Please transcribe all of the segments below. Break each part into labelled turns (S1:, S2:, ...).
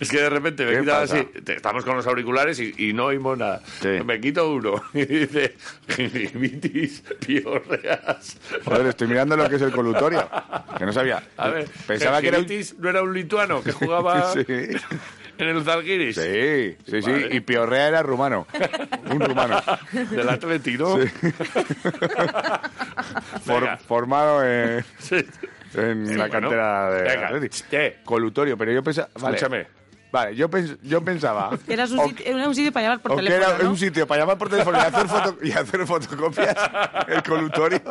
S1: Es que de repente me
S2: ¿Qué
S1: quitaba
S2: pasa?
S1: así. te- Estamos con los auriculares y, y no oímos nada.
S2: Sí.
S1: Me quito uno. Y dice: gingivitis, piorreas.
S2: Joder, estoy mirando lo que es el colutorio. Que no sabía.
S1: A ver,
S2: Pensaba que era. un-
S1: gingivitis no era un lituano que jugaba
S2: Sí.
S1: en el Zalgiris.
S2: Sí, sí, sí.
S1: Vale.
S2: Y Piorrea era rumano. Un rumano.
S1: Del Atleti, ¿no?
S2: For-
S1: Venga.
S2: formado en,
S1: Sí.
S2: en
S1: Sí,
S2: la
S1: bueno.
S2: cantera de.
S1: Venga,
S2: Atleti.
S1: ¿qué?
S2: Colutorio, pero yo pensaba. Vale.
S1: Escúchame.
S2: Vale, yo, pens- yo pensaba.
S3: Era un,
S2: o-
S3: sitio, era un sitio para llamar por
S2: o que
S3: teléfono.
S2: era
S3: ¿no?
S2: un sitio para llamar por teléfono y hacer, foto- y hacer fotocopias, el colutorio,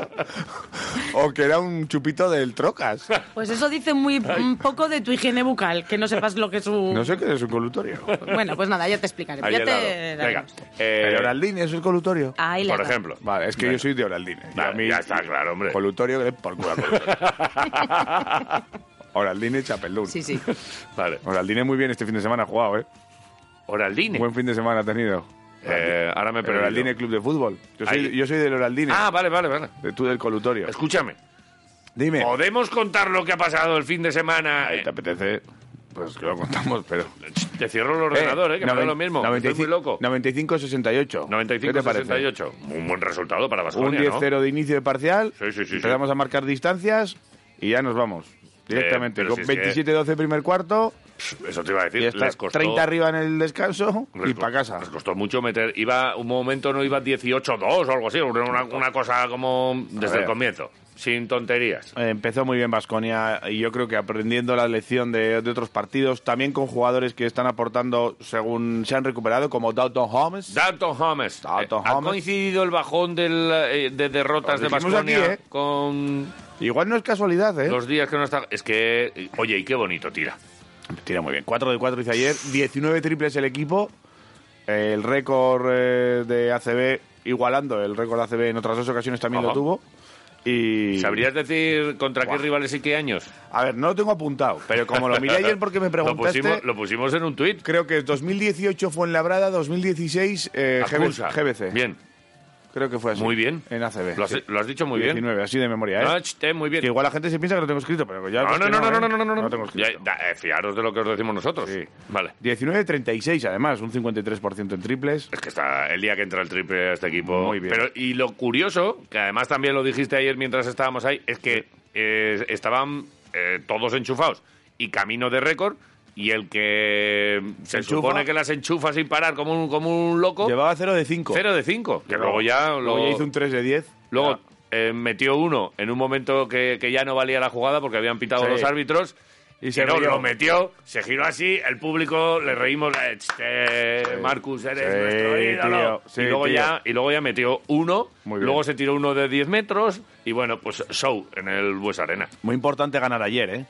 S2: o que era un chupito del trocas.
S3: Pues eso dice muy un poco de tu higiene bucal, que no sepas lo que es un.
S2: No sé qué es un colutorio.
S3: Bueno, pues nada, ya te explicaré.
S1: Ahí
S3: ya
S1: al
S3: te
S1: lado. Venga.
S3: daremos.
S1: eh,
S2: ¿El Oraldine es el colutorio?
S3: Ahí le
S1: por
S3: hago.
S1: ejemplo.
S2: Vale, es que yo soy de Oraldine. y
S1: Vale,
S2: a mí-
S1: ya está, claro, hombre.
S2: Colutorio, que es por culo al colutorio. Oraldine y Chapelún.
S3: Sí, sí.
S1: Vale.
S2: Oraldine muy bien este fin de semana ha jugado, ¿eh?
S1: Oraldini.
S2: Buen fin de semana ha tenido.
S1: Eh, ahora me
S2: El
S1: perdí.
S2: Oraldine Club de Fútbol. Yo soy,
S1: Ahí.
S2: yo soy del Oraldine,
S1: Ah, vale, vale, vale.
S2: de tú del colutorio.
S1: Escúchame.
S2: Dime.
S1: ¿Podemos contar lo que ha pasado el fin de semana? Eh,
S2: ¿Te apetece? Pues que lo contamos, pero...
S1: Te cierro el ordenador, eh, que me da
S2: noven-
S1: lo mismo. Estoy
S2: 95
S1: muy loco.
S2: 95-68. ¿Qué te parece?
S1: 95-68. Un buen resultado para
S2: Un
S1: Baskonia, ¿no?
S2: 10-0 de inicio de parcial.
S1: Sí, sí, sí, sí.
S2: Empezamos a marcar distancias y ya nos vamos. Directamente.
S1: pero
S2: Con
S1: si es que-
S2: 27-12 primer cuarto
S1: Eso te iba a decir.
S2: y estás
S1: les costó,
S2: 30 arriba en el descanso
S1: les
S2: y
S1: co-
S2: para casa.
S1: Les costó mucho meter. Iba, un momento no iba 18-2 o algo así. Una, una cosa como desde
S2: ver.
S1: el comienzo. Sin tonterías.
S2: Eh, Empezó muy bien Vasconia y yo creo que aprendiendo la lección de, de otros partidos, también con jugadores que están aportando según se han recuperado, como Dalton Holmes.
S1: Dalton Holmes. eh,
S2: Dalton
S1: ¿Ha
S2: Holmes.
S1: coincidido el bajón del, eh, de derrotas
S2: Lo
S1: de
S2: dijimos
S1: Baskonia
S2: aquí, ¿eh?
S1: con
S2: Igual no es casualidad, ¿eh?
S1: los días que no está? Es que, oye, y qué bonito tira.
S2: Tira muy bien. 4 de 4 hice ayer, 19 triples el equipo. Eh, El récord eh, de ACB, igualando el récord de ACB en otras dos ocasiones también
S1: Ajá.
S2: lo tuvo. Y.
S1: ¿Sabrías decir contra qué
S2: Buah.
S1: rivales y qué años?
S2: A ver, no lo tengo apuntado, pero como lo miré ayer porque me preguntaste.
S1: Lo pusimos, lo pusimos en un tuit.
S2: Creo que es 2018 Fuenlabrada, 2016 eh,
S1: Acusa.
S2: GB- GBC.
S1: Bien,
S2: Creo que fue así.
S1: muy bien.
S2: En ACB.
S1: Lo has,
S2: sí.
S1: lo has dicho muy
S2: 19, así de memoria,
S1: bien.
S2: ¿eh?
S1: No, chiste, muy bien.
S2: Que igual la gente se piensa que lo tengo escrito, pero ya.
S1: No,
S2: ves
S1: no,
S2: que
S1: no, no, no,
S2: ¿eh?
S1: no, no, no,
S2: No lo tengo escrito.
S1: Ya, da, eh, fiaros de lo que os decimos nosotros.
S2: Sí.
S1: Vale.
S2: 19-36, además, un 53% en triples.
S1: Es que está el día que entra el triple a este equipo.
S2: Muy bien.
S1: Pero, y lo curioso, que además también lo dijiste ayer mientras estábamos ahí, es que eh, estaban eh, todos enchufados y camino de récord. Y el que se
S2: ¿Enchufa?
S1: supone que las enchufa sin parar como un, como un loco,
S2: Llevaba 0 de 5.
S1: 0 de 5. Que luego ya,
S2: Luego
S1: luego-
S2: ya hizo un 3 de 10.
S1: Luego eh, metió uno en un momento que, que ya no valía la jugada porque habían pitado
S2: Sí.
S1: los árbitros.
S2: Y
S1: Y
S2: se
S1: se no,
S2: rió.
S1: lo metió, se giró así, el público le reímos, eh, ch, eh, Marcus, eres
S2: Sí,
S1: nuestro ídolo.
S2: tío, sí,
S1: y, luego
S2: tío.
S1: ya, y luego ya metió uno,
S2: Muy bien.
S1: luego se tiró uno de 10 metros y bueno, pues show en el Bues Arena.
S2: Muy importante ganar ayer, ¿eh?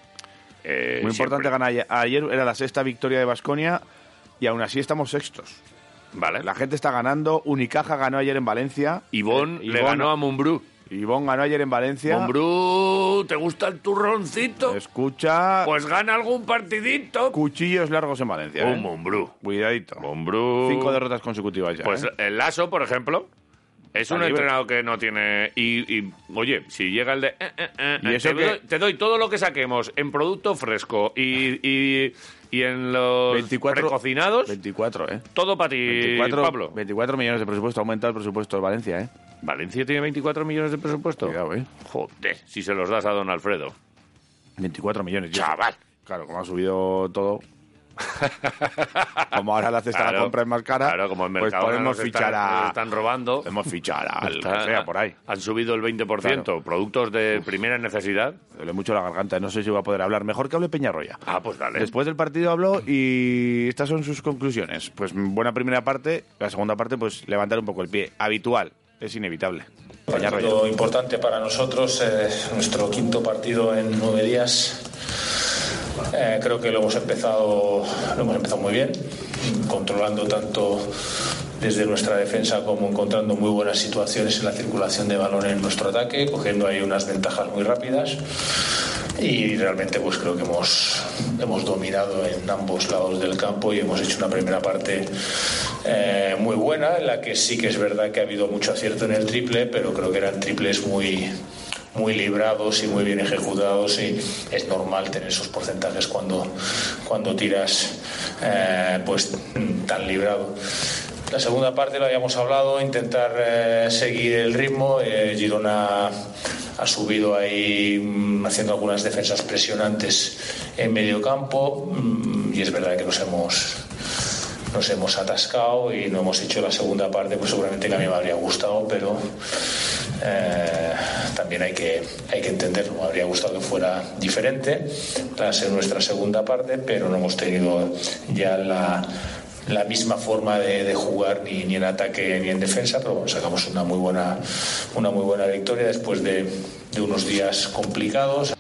S1: Eh,
S2: Muy
S1: siempre.
S2: importante ganar ayer. Ayer era la sexta victoria de Basconia y aún así estamos sextos.
S1: Vale.
S2: La gente está ganando. Unicaja ganó ayer en Valencia.
S1: Ivón
S2: Eh,
S1: le ganó a Mumbrú.
S2: Ivón ganó ayer en Valencia.
S1: Mumbrú, ¿te gusta el turroncito?
S2: Escucha.
S1: Pues gana algún partidito.
S2: Cuchillos largos en Valencia.
S1: Un
S2: ¿eh?
S1: Mumbrú.
S2: Cuidadito.
S1: Mumbrú.
S2: Cinco derrotas consecutivas ya.
S1: Pues
S2: ¿eh?
S1: el Lasso, por ejemplo, es
S2: Está
S1: un
S2: libre.
S1: entrenador que no tiene. Y, y, oye, si llega el de. eh, eh, eh,
S2: Y
S1: eh,
S2: eso
S1: te,
S2: que-
S1: doy, te doy todo lo que saquemos en producto fresco y, y, y en los
S2: 24
S1: precocinados.
S2: 24, ¿eh?
S1: Todo para ti,
S2: 24,
S1: Pablo.
S2: 24 millones de presupuesto. Ha aumentado el presupuesto de Valencia, ¿eh?
S1: ¿Valencia tiene 24 millones de presupuesto?
S2: Cuidado, ¿eh?
S1: Joder, si se los das a don Alfredo.
S2: 24 millones. yo-
S1: Chaval.
S2: Claro, como ha subido todo. Como ahora la cesta de la
S1: Claro,
S2: compra es más cara,
S1: Claro, como en
S2: pues
S1: Mercadona
S2: podemos
S1: nos
S2: fichar
S1: están, nos
S2: a...
S1: están robando.
S2: Podemos fichar al
S1: Está-
S2: que sea por ahí.
S1: Han subido el 20%. Productos de primera necesidad.
S2: Duele mucho la garganta, no sé si va a poder hablar. Mejor que hable Peñarroya.
S1: Ah, pues dale.
S2: Después del partido habló y estas son sus conclusiones. Pues mm, buena primera parte, la segunda parte pues levantar un poco el pie. Habitual, es inevitable. Peñarroya.
S4: Partido importante para nosotros, eh, nuestro quinto partido en nueve días. Eh, creo que lo hemos empezado, lo hemos empezado muy bien, controlando tanto desde nuestra defensa como encontrando muy buenas situaciones en la circulación de balón en nuestro ataque, cogiendo ahí unas ventajas muy rápidas. Y realmente pues creo que hemos, hemos dominado en ambos lados del campo y hemos hecho una primera parte eh, muy buena, en la que sí que es verdad que ha habido mucho acierto en el triple, pero creo que eran triples muy, muy librados y muy bien ejecutados y es normal tener esos porcentajes cuando, cuando tiras eh, pues tan librado. La segunda parte lo habíamos hablado, intentar eh, seguir el ritmo. eh, Girona ha subido ahí mm, haciendo algunas defensas presionantes en medio campo mm, y es verdad que nos hemos nos hemos atascado y no hemos hecho la segunda parte, pues seguramente que a mí me habría gustado, pero eh, también hay que, hay que entenderlo. Me habría gustado que fuera diferente para ser nuestra segunda parte, pero no hemos tenido ya la, la misma forma de, de jugar ni, ni en ataque ni en defensa, pero bueno, sacamos una muy buena, una muy buena victoria después de, de unos días complicados.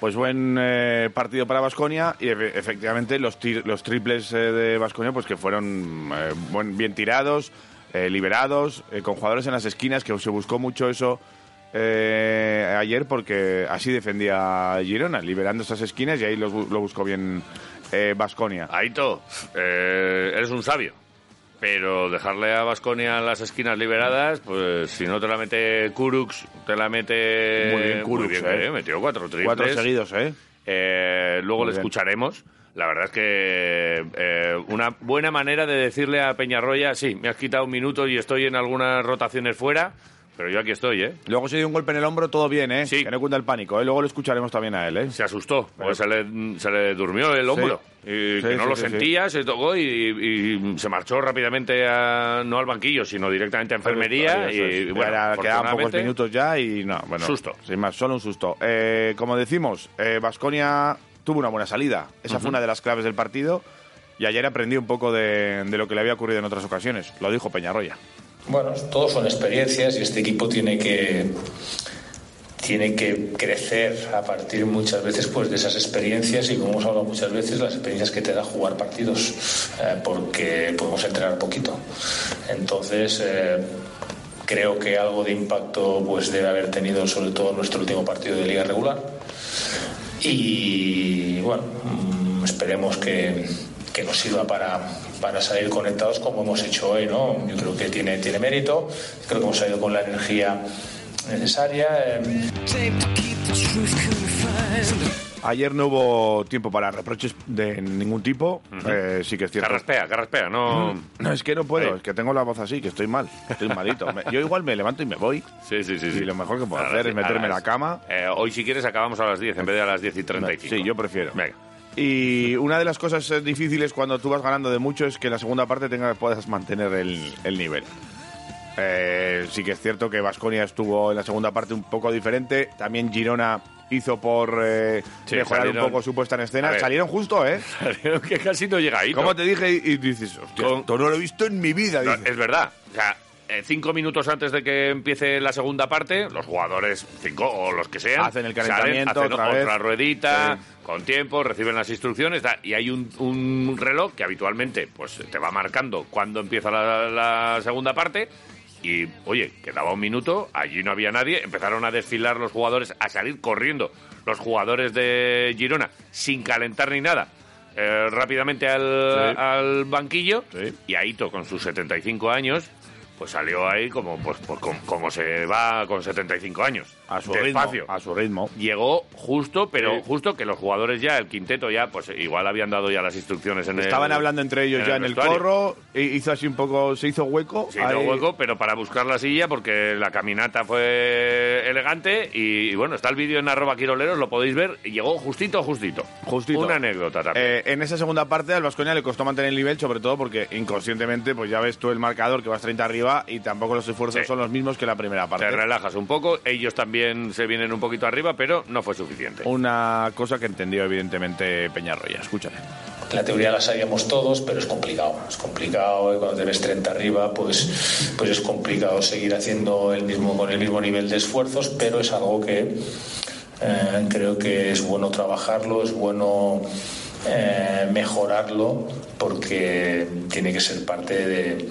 S2: Pues buen eh, partido para Vasconia y efe- efectivamente los, tir- los triples eh, de Vasconia pues que fueron eh, buen- bien tirados, eh, liberados, eh, con jugadores en las esquinas que se buscó mucho eso eh, ayer porque así defendía Girona, liberando esas esquinas y ahí los bu- lo buscó bien eh, Vasconia.
S1: Aito, eh, eres un sabio. Pero dejarle a Vasconia las esquinas liberadas, pues si no te la mete Kurux, te la mete.
S2: Muy bien Kurucs,
S1: bien,
S2: eh.
S1: Metió cuatro triples.
S2: Cuatro seguidos, ¿eh?
S1: Eh, luego
S2: Muy
S1: le
S2: bien.
S1: escucharemos. La verdad es que eh, una buena manera de decirle a Peñarroya, sí, me has quitado un minuto y estoy en algunas rotaciones fuera, pero yo aquí estoy, ¿eh?
S2: Luego se dio un golpe en el hombro, todo bien, ¿eh?
S1: Sí.
S2: Que no cuenta el pánico, ¿eh? Luego lo escucharemos también a él, ¿eh?
S1: Se asustó, porque se le, se le durmió el hombro. Y
S2: Sí,
S1: que no
S2: sí,
S1: lo
S2: sí,
S1: sentía, se tocó y, y se marchó rápidamente, a- no al banquillo, sino directamente a enfermería.
S2: Eso
S1: y,
S2: es.
S1: y bueno,
S2: Era- quedaban pocos
S1: afortunadamente,
S2: minutos ya y no, bueno.
S1: Susto.
S2: Sin más, solo un susto. Eh, como decimos, Vasconia tuvo una buena salida. Esa fue una de las claves del partido. Y ayer aprendí un poco de, de lo que le había ocurrido en otras ocasiones. Lo dijo Peñarroya.
S4: Bueno, todos son experiencias y este equipo tiene que tiene que crecer a partir muchas veces pues de esas experiencias y como hemos hablado muchas veces las experiencias que te da jugar partidos eh, porque podemos entrenar poquito entonces eh, creo que algo de impacto pues debe haber tenido sobre todo nuestro último partido de liga regular y bueno, mm, esperemos que, que nos sirva para, para salir conectados como hemos hecho hoy, ¿no? Yo creo que tiene, tiene mérito, creo que hemos salido con la energía necesaria. eh,
S2: Ayer no hubo tiempo para reproches de ningún tipo. Eh, sí que es cierto.
S1: Carraspea, carraspea, no.
S2: No, es que no puedo,
S1: Ahí.
S2: es que tengo la voz así, que estoy mal, estoy malito. Me- Yo igual me levanto y me voy.
S1: Sí, sí, sí.
S2: Y
S1: sí.
S2: lo mejor que puedo
S1: Ahora
S2: hacer
S1: sí,
S2: es meterme en
S1: ahora
S2: la
S1: sí.
S2: cama.
S1: Eh, hoy, si quieres, acabamos a las 10 en vez de a las 10 y 35.
S2: Sí, yo prefiero.
S1: Venga.
S2: Y una de las cosas eh, difíciles cuando tú vas ganando de mucho es que en la segunda parte tengas, puedas mantener el, el nivel. Eh, sí que es cierto que Vasconia estuvo en la segunda parte un poco diferente. También Girona hizo por eh,
S1: Sí,
S2: mejorar
S1: salieron-
S2: un poco su puesta en
S1: A
S2: escena.
S1: ver.
S2: Salieron justo, ¿eh?
S1: que casi no llega ahí.
S2: Como te dije, y, y dices, hostia,
S1: Con-
S2: esto no lo he visto en mi vida.
S1: No,
S2: dices.
S1: es verdad. O sea, eh, cinco minutos antes de que empiece la segunda parte, los jugadores, cinco o los que sean,
S2: Hacen el calentamiento
S1: salen, hacen
S2: otra vez.
S1: ruedita,
S2: Sí.
S1: con tiempo, reciben las instrucciones da- y hay un, un reloj que habitualmente pues te va marcando cuando empieza la, la segunda parte. Y oye, quedaba un minuto, allí no había nadie, empezaron a desfilar los jugadores, a salir corriendo los jugadores de Girona sin calentar ni nada. eh, rápidamente al,
S2: Sí.
S1: al banquillo
S2: Sí.
S1: y Aito con sus 75 años pues salió ahí como, pues, pues com- como se va con 75 años.
S2: A su
S1: Despacio.
S2: ritmo. A su ritmo.
S1: Llegó justo, pero
S2: Sí.
S1: justo que los jugadores ya, el quinteto ya, pues igual habían dado ya las instrucciones en el-
S2: Estaban hablando entre ellos ya en el
S1: vestuario.
S2: corro. e Hizo así un poco. Se hizo hueco.
S1: Sí, no
S2: ahí-
S1: hueco, pero para buscar la silla, porque la caminata fue elegante. Y, y bueno, está el vídeo en arroba quiroleros, lo podéis ver. y Llegó justito, justito.
S2: Justito.
S1: Una anécdota también.
S2: Eh, en esa segunda parte al Vasconia le costó mantener el nivel, sobre todo porque inconscientemente, pues ya ves tú el marcador que vas 30 arriba y tampoco los esfuerzos
S1: Sí.
S2: son los mismos que la primera parte.
S1: Te relajas un poco, ellos también se vienen un poquito arriba, pero no fue suficiente.
S2: Una cosa que entendió evidentemente Peñarroya. Escúchale.
S4: La teoría la sabíamos todos, pero es complicado. Es complicado y cuando tienes 30 arriba, pues, pues es complicado seguir haciendo el mismo, con el mismo nivel de esfuerzos, pero es algo que eh, creo que es bueno trabajarlo, es bueno eh, mejorarlo, porque tiene que ser parte de,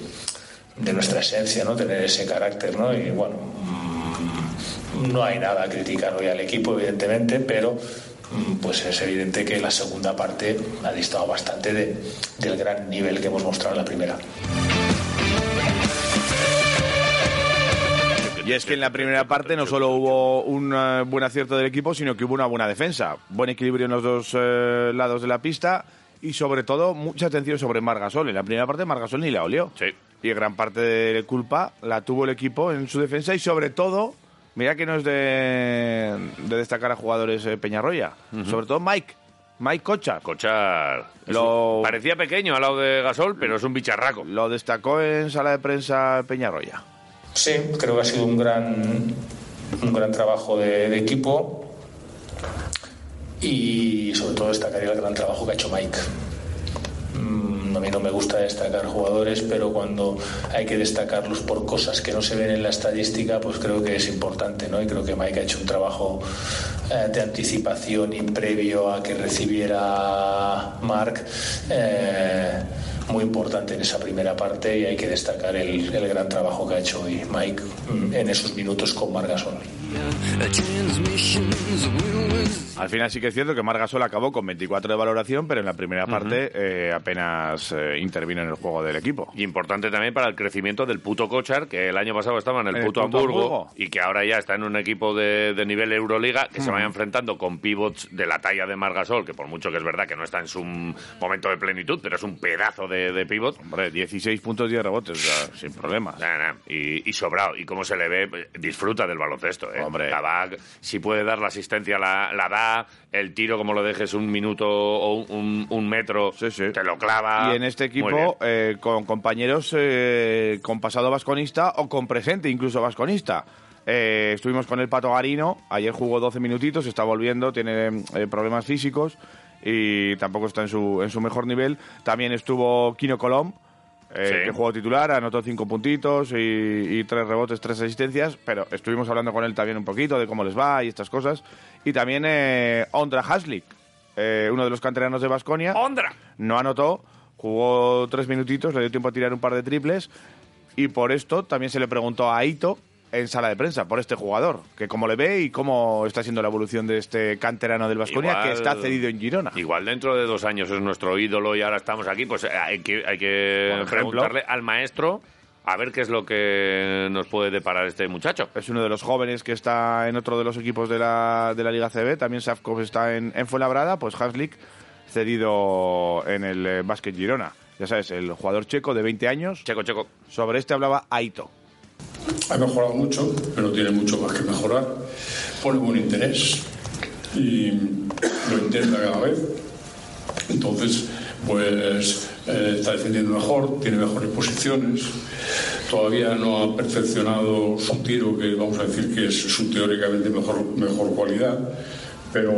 S4: de nuestra esencia, ¿no? Tener ese carácter, ¿no? Y bueno, mm, no hay nada a criticar hoy al equipo, evidentemente, pero mm, pues es evidente que la segunda parte ha distado bastante de- del gran nivel que hemos mostrado en la primera.
S2: Y es que en la primera parte no solo hubo un eh, buen acierto del equipo, sino que hubo una buena defensa. Buen equilibrio en los dos eh, lados de la pista y sobre todo mucha atención sobre Margasol. En la primera parte Margasol ni la olió.
S1: Sí.
S2: Y gran parte de culpa la tuvo el equipo en su defensa y sobre todo, mira que no es de, de destacar a jugadores eh, Peñarroya, sobre todo Mike, Mike Cochar.
S1: Cochar. es
S2: Lo-
S1: un- Parecía pequeño al lado de Gasol, pero es un bicharraco.
S2: Lo destacó en sala de prensa Peñarroya.
S4: Sí, creo que ha sido un gran, un gran trabajo de, de equipo y sobre todo destacaría el gran trabajo que ha hecho Mike. Mm, A mí no me gusta destacar jugadores, pero cuando hay que destacarlos por cosas que no se ven en la estadística, pues creo que es importante, ¿no? Y creo que Mike ha hecho un trabajo eh, de anticipación y previo a que recibiera Mark eh, muy importante en esa primera parte y hay que destacar el, el gran trabajo que ha hecho hoy Mike mm, en esos minutos con Margasol.
S2: Al final sí que es cierto que Margasol acabó con 24 de valoración, pero en la primera parte eh, apenas eh, intervino en el juego del equipo.
S1: Y importante también para el crecimiento del puto Cochar, que el año pasado estaba en el,
S2: En el
S1: puto,
S2: puto
S1: Hamburgo,
S2: Hamburgo.
S1: y que ahora ya está en un equipo de, de nivel Euroliga que se
S2: Hmm.
S1: vaya enfrentando con pivots de la talla de Margasol, que por mucho que es verdad que no está en su momento de plenitud, pero es un pedazo de, de pivot.
S2: Hombre, 16 puntos, 10 rebotes, o sea, sin problemas.
S1: Nah, nah, Y, y sobrado. Y cómo se le ve, eh, disfruta del baloncesto. ¿eh?
S2: Hombre.
S1: La va- si puede dar la asistencia, la, la da. El tiro, como lo dejes un minuto o un, un metro,
S2: Sí, sí.
S1: te lo clava.
S2: Y en este
S1: Ah, Muy bien.
S2: equipo, eh, con compañeros eh, con pasado vasconista o con presente incluso vasconista. Eh, estuvimos con el Pato Garino, ayer jugó 12 minutitos, está volviendo, tiene eh, problemas físicos y tampoco está en su, en su mejor nivel. También estuvo Kino Colom, eh,
S1: Sí.
S2: que jugó titular, anotó 5 puntitos y, y tres rebotes, tres asistencias, pero estuvimos hablando con él también un poquito de cómo les va y estas cosas. Y también eh, Ondra Haslik, eh, uno de los canteranos de Vasconia
S1: ¡Ondra!
S2: no anotó, jugó tres minutitos, le dio tiempo a tirar un par de triples y por esto también se le preguntó a Ito en sala de prensa por este jugador, que cómo le ve y cómo está siendo la evolución de este canterano del Vasconia que
S1: Igual-
S2: está cedido en Girona.
S1: Igual dentro de dos años es nuestro ídolo y ahora estamos aquí, pues eh, hay que, hay que
S2: Por ejemplo.
S1: preguntarle al maestro a ver qué es lo que nos puede deparar este muchacho.
S2: Es uno de los jóvenes que está en otro de los equipos de la, de la Liga CB, también Safkov está en, en Fuenlabrada, pues Haslik cedido en el eh, Basket Girona. Ya sabes, el jugador checo de 20 años,
S1: Checo, checo.
S2: sobre este hablaba Aito.
S5: Ha mejorado mucho, pero tiene mucho más que mejorar. Pone buen interés y lo intenta cada vez. Entonces, pues eh, está defendiendo mejor, tiene mejores posiciones. Todavía no ha perfeccionado su tiro, que vamos a decir que es su teóricamente mejor, mejor cualidad. Pero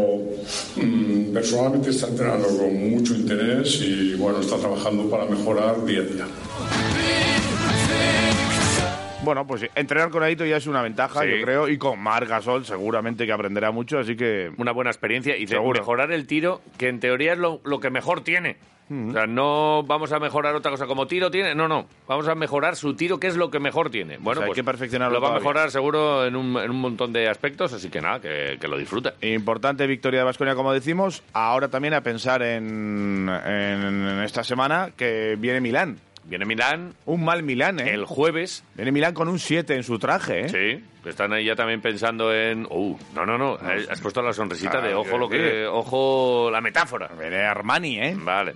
S5: mm, personalmente está entrenando con mucho interés y bueno, está trabajando para mejorar día a día.
S2: Bueno, pues sí, entrenar con Aito ya es una ventaja,
S1: Sí.
S2: yo creo, y con Marc Gasol seguramente que aprenderá mucho, así que
S1: Una buena experiencia y dice,
S2: Seguro.
S1: mejorar el tiro, que en teoría es lo, lo que mejor tiene. O sea, no vamos a mejorar otra cosa como tiro tiene, no, no. Vamos a mejorar su tiro, que es lo que mejor tiene. Bueno,
S2: sea, hay
S1: pues
S2: que perfeccionarlo
S1: Lo va a
S2: todavía.
S1: mejorar seguro en un, en un montón de aspectos, así que nada, que, que lo disfrute.
S2: importante victoria de Vasconia, como decimos. Ahora también a pensar en, en esta semana que viene Milán.
S1: Viene Milán
S2: Un mal Milán, ¿eh?
S1: el jueves.
S2: Viene Milán con un 7 en su traje, ¿eh?
S1: Sí, que están ahí ya también pensando en. Uh, no, no, no. eh, Has puesto la sonrisita
S2: Ah,
S1: de ojo lo
S2: quiero decir.
S1: que. Ojo la metáfora.
S2: Viene Armani, ¿eh?
S1: Vale.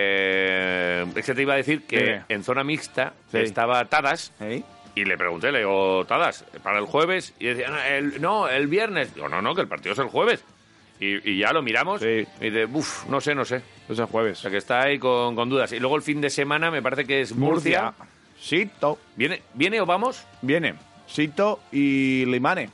S1: Eh, es que te iba a decir que
S2: Sí.
S1: en zona mixta
S2: Sí.
S1: estaba Tadas
S2: ¿Eh?
S1: y le pregunté, le digo, Tadas, para el jueves. Y decía, no, el, no, el viernes. Digo, no, no, que el partido es el jueves. Y, y ya lo miramos
S2: Sí.
S1: y de, uff, no sé, no sé.
S2: Es el
S1: O
S2: jueves.
S1: sea, que está ahí con, con dudas. Y luego el fin de semana me parece que es Murcia.
S2: Sito.
S1: ¿Viene, ¿Viene o vamos?
S2: Viene. Sito y Limane.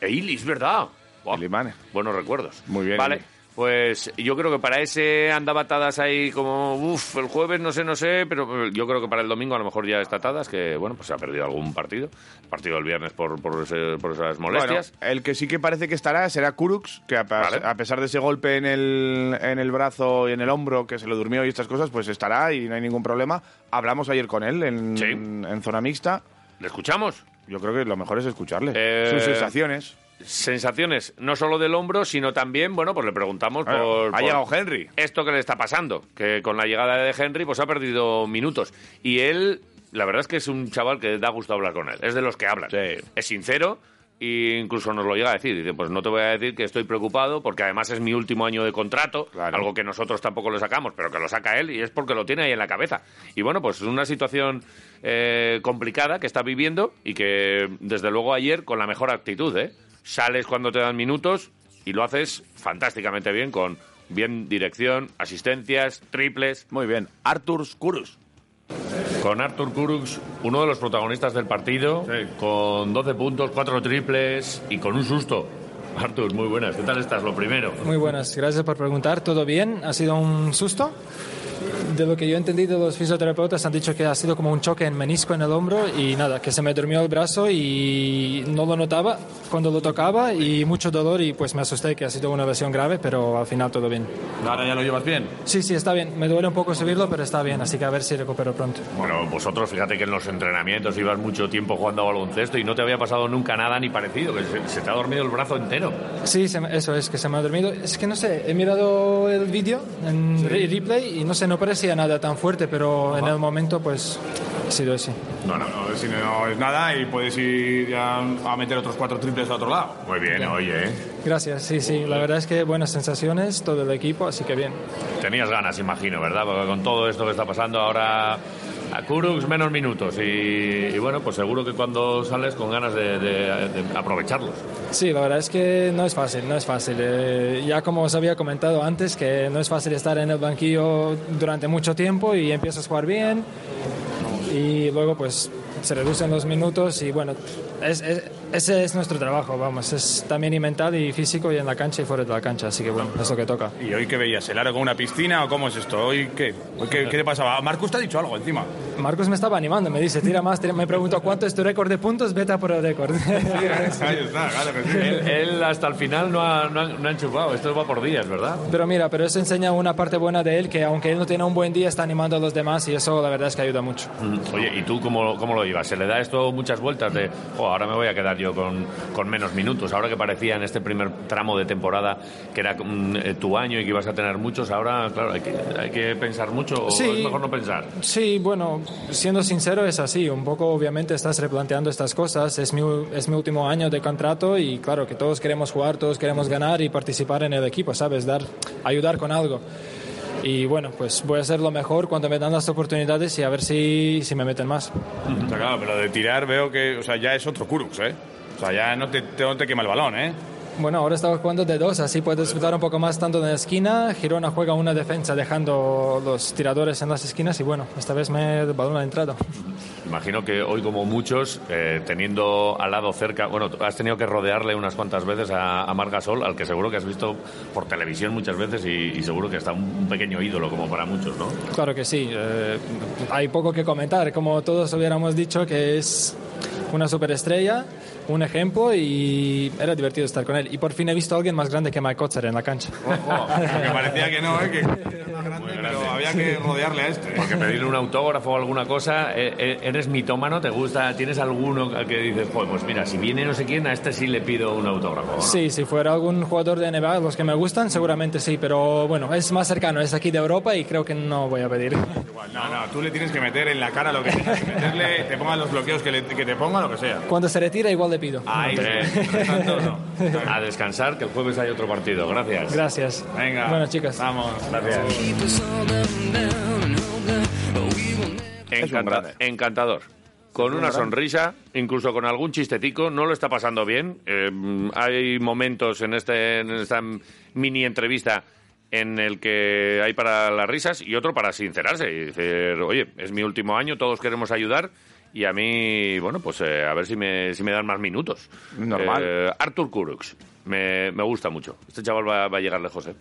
S1: Eilis, ¿verdad? Buah,
S2: Y Limane.
S1: Buenos recuerdos.
S2: Muy bien,
S1: Vale.
S2: Eilis.
S1: Pues yo creo que para ese andaba Tadas ahí como, uff, el jueves no sé, no sé, pero eh, yo creo que para el domingo a lo mejor ya está Tadas, que bueno, pues se ha perdido algún partido. Partido el viernes por, por, ese- por esas molestias.
S2: Bueno, el que sí que parece que estará será Kurux, que a, pas-
S1: Vale.
S2: a pesar de ese golpe en el, en el brazo y en el hombro que se lo durmió y estas cosas, pues estará y no hay ningún problema. Hablamos ayer con él en,
S1: Sí.
S2: en zona mixta.
S1: ¿Le escuchamos?
S2: Yo creo que lo mejor es escucharle.
S1: Eh,
S2: Sus sensaciones.
S1: Sensaciones, no solo del hombro, sino también, bueno, pues le preguntamos
S2: Bueno,
S1: por...
S2: ha
S1: por-
S2: llegado Henry.
S1: esto que le está pasando, que con la llegada de Henry pues ha perdido minutos y él la verdad es que es un chaval que da gusto hablar con él, es de los que hablan,
S2: Sí.
S1: es sincero e incluso nos lo llega a decir, dice pues no te voy a decir que estoy preocupado porque además es mi último año de contrato,
S2: Claro.
S1: algo que nosotros tampoco lo sacamos, pero que lo saca él y es porque lo tiene ahí en la cabeza. Y bueno, pues es una situación eh, complicada que está viviendo y que desde luego ayer con la mejor actitud, ¿eh? Sales cuando te dan minutos y lo haces fantásticamente bien con bien dirección, asistencias, triples.
S2: Muy bien. Artur Kurux.
S1: Con Artur Kurux, uno de los protagonistas del partido,
S2: Sí.
S1: con 12 puntos, 4 triples y con un susto. Artur, muy buenas. ¿Qué tal estás? Lo primero.
S6: Muy buenas, gracias por preguntar. ¿Todo bien? ¿Ha sido un susto? De lo que yo he entendido, los fisioterapeutas han dicho que ha sido como un choque en menisco en el hombro y nada, que se me durmió el brazo y no lo notaba cuando lo tocaba y mucho dolor y pues me asusté que ha sido una lesión grave, pero al final todo bien.
S2: Ahora ya lo llevas bien.
S6: Sí, sí, está bien. Me duele un poco subirlo, pero está bien, así que a ver si recupero pronto.
S1: Bueno, vosotros fíjate que en los entrenamientos ibas mucho tiempo jugando a baloncesto y no te había pasado nunca nada ni parecido, que se, se te ha dormido el brazo entero.
S6: Sí, se me- eso es, que se me ha dormido. Es que no sé, he mirado el vídeo en re- replay y no sé, no parecía nada tan fuerte, pero en el momento pues ha sido así.
S2: No, no, no, si no es nada y puedes ir ya a meter otros cuatro triples a otro lado.
S1: Muy bien, oye, ¿eh?
S6: Gracias, sí, sí, la verdad es que buenas sensaciones, todo el equipo, así que bien.
S1: Tenías ganas, imagino, ¿verdad? Porque con todo esto que está pasando ahora a Kurux menos minutos y, y bueno, pues seguro que cuando sales con ganas de, de- de aprovecharlos.
S6: Sí, la verdad es que no es fácil, no es fácil. Eh, ya como os había comentado antes, que no es fácil estar en el banquillo durante mucho tiempo y empiezas a jugar bien y luego pues se reducen los minutos y bueno, es- es- ese es nuestro trabajo, vamos, es también y mental y físico y en la cancha y fuera de la cancha, así que bueno, es lo que toca.
S7: ¿Y hoy qué veías? ¿El aro con una piscina o cómo es esto? ¿Hoy qué? ¿Hoy qué, qué te pasaba? Ah, Marcus te ha dicho algo encima.
S6: Marcos me estaba animando, me dice, tira más, tira- me preguntó cuánto es tu récord de puntos, vete a por el récord.
S7: Ahí está, claro que sí.
S1: Él, él hasta el final no ha, no, ha, no ha enchufado, esto va por días, ¿verdad?
S6: Pero mira, pero eso enseña una parte buena de él, que aunque él no tiene un buen día, está animando a los demás y eso la verdad es que ayuda mucho.
S1: Mm. Oye, ¿y tú cómo, cómo lo llevas? ¿Se le da esto muchas vueltas de, "Jo, ahora me voy a quedar yo con, con menos minutos? Ahora que parecía en este primer tramo de temporada que era mm, eh, tu año y que ibas a tener muchos, ahora, claro, hay que, hay que pensar mucho o
S6: Sí.
S1: es mejor no pensar.
S6: Sí, bueno, siendo sincero es así, un poco obviamente estás replanteando estas cosas, es mi, es mi último año de contrato y claro que todos queremos jugar, todos queremos ganar y participar en el equipo, ¿sabes? Dar, ayudar con algo. Y bueno, pues voy a hacer lo mejor cuando me dan las oportunidades y a ver si, si me meten más.
S7: Está claro, pero de tirar veo que, o sea, ya es otro Kurux, ¿eh? O sea, ya no te, te- no te quema el balón, ¿eh?
S6: Bueno, ahora estaba jugando de dos, así puedes disfrutar un poco más tanto en la esquina. Girona juega una defensa dejando los tiradores en las esquinas y bueno, esta vez me el balón ha entrado.
S1: Imagino que hoy, como muchos, eh, teniendo al lado cerca, bueno, tú has tenido que rodearle unas cuantas veces a, a Marc Gasol, al que seguro que has visto por televisión muchas veces y, y seguro que está un, un pequeño ídolo, como para muchos, ¿no?
S6: Claro que sí, eh, hay poco que comentar, como todos hubiéramos dicho que es una superestrella, un ejemplo y era divertido estar con él. Y por fin he visto a alguien más grande que Mike Kotzer en la cancha.
S7: Porque parecía que no, ¿eh? que era más grande, pero había que rodearle a este.
S8: Porque pedirle un autógrafo o alguna cosa, eh, eh, eres mitómano, te gusta, tienes alguno al que dices, joder, pues mira, si viene no sé quién, a este sí le pido un autógrafo. ¿no?
S6: Sí, si fuera algún jugador de NBA, los que me gustan, seguramente sí, pero bueno, es más cercano, es aquí de Europa y creo que no voy a pedir.
S7: Igual, No, no, tú le tienes que meter en la cara lo que tienes que meterle, te pongan los bloqueos que, le- que te pongan, lo que sea.
S6: Cuando se retira igual le pido.
S7: Ahí, sí. Entre tanto, no.
S8: A descansar, que el jueves hay otro partido. Gracias.
S6: Gracias.
S7: Venga.
S6: Bueno, chicas.
S7: Vamos, gracias.
S1: Encanta- encantador. Con una sonrisa, incluso con algún chistecico, no lo está pasando bien. Eh, hay momentos en, este, en esta mini entrevista en el que hay para las risas y otro para sincerarse y decir, oye, es mi último año, todos queremos ayudar y a mí, bueno, pues eh, a ver si me, si me dan más minutos.
S2: Normal.
S1: Eh, Arthur Kurux, me, me gusta mucho. Este chaval va, va a llegar lejos, ¿eh?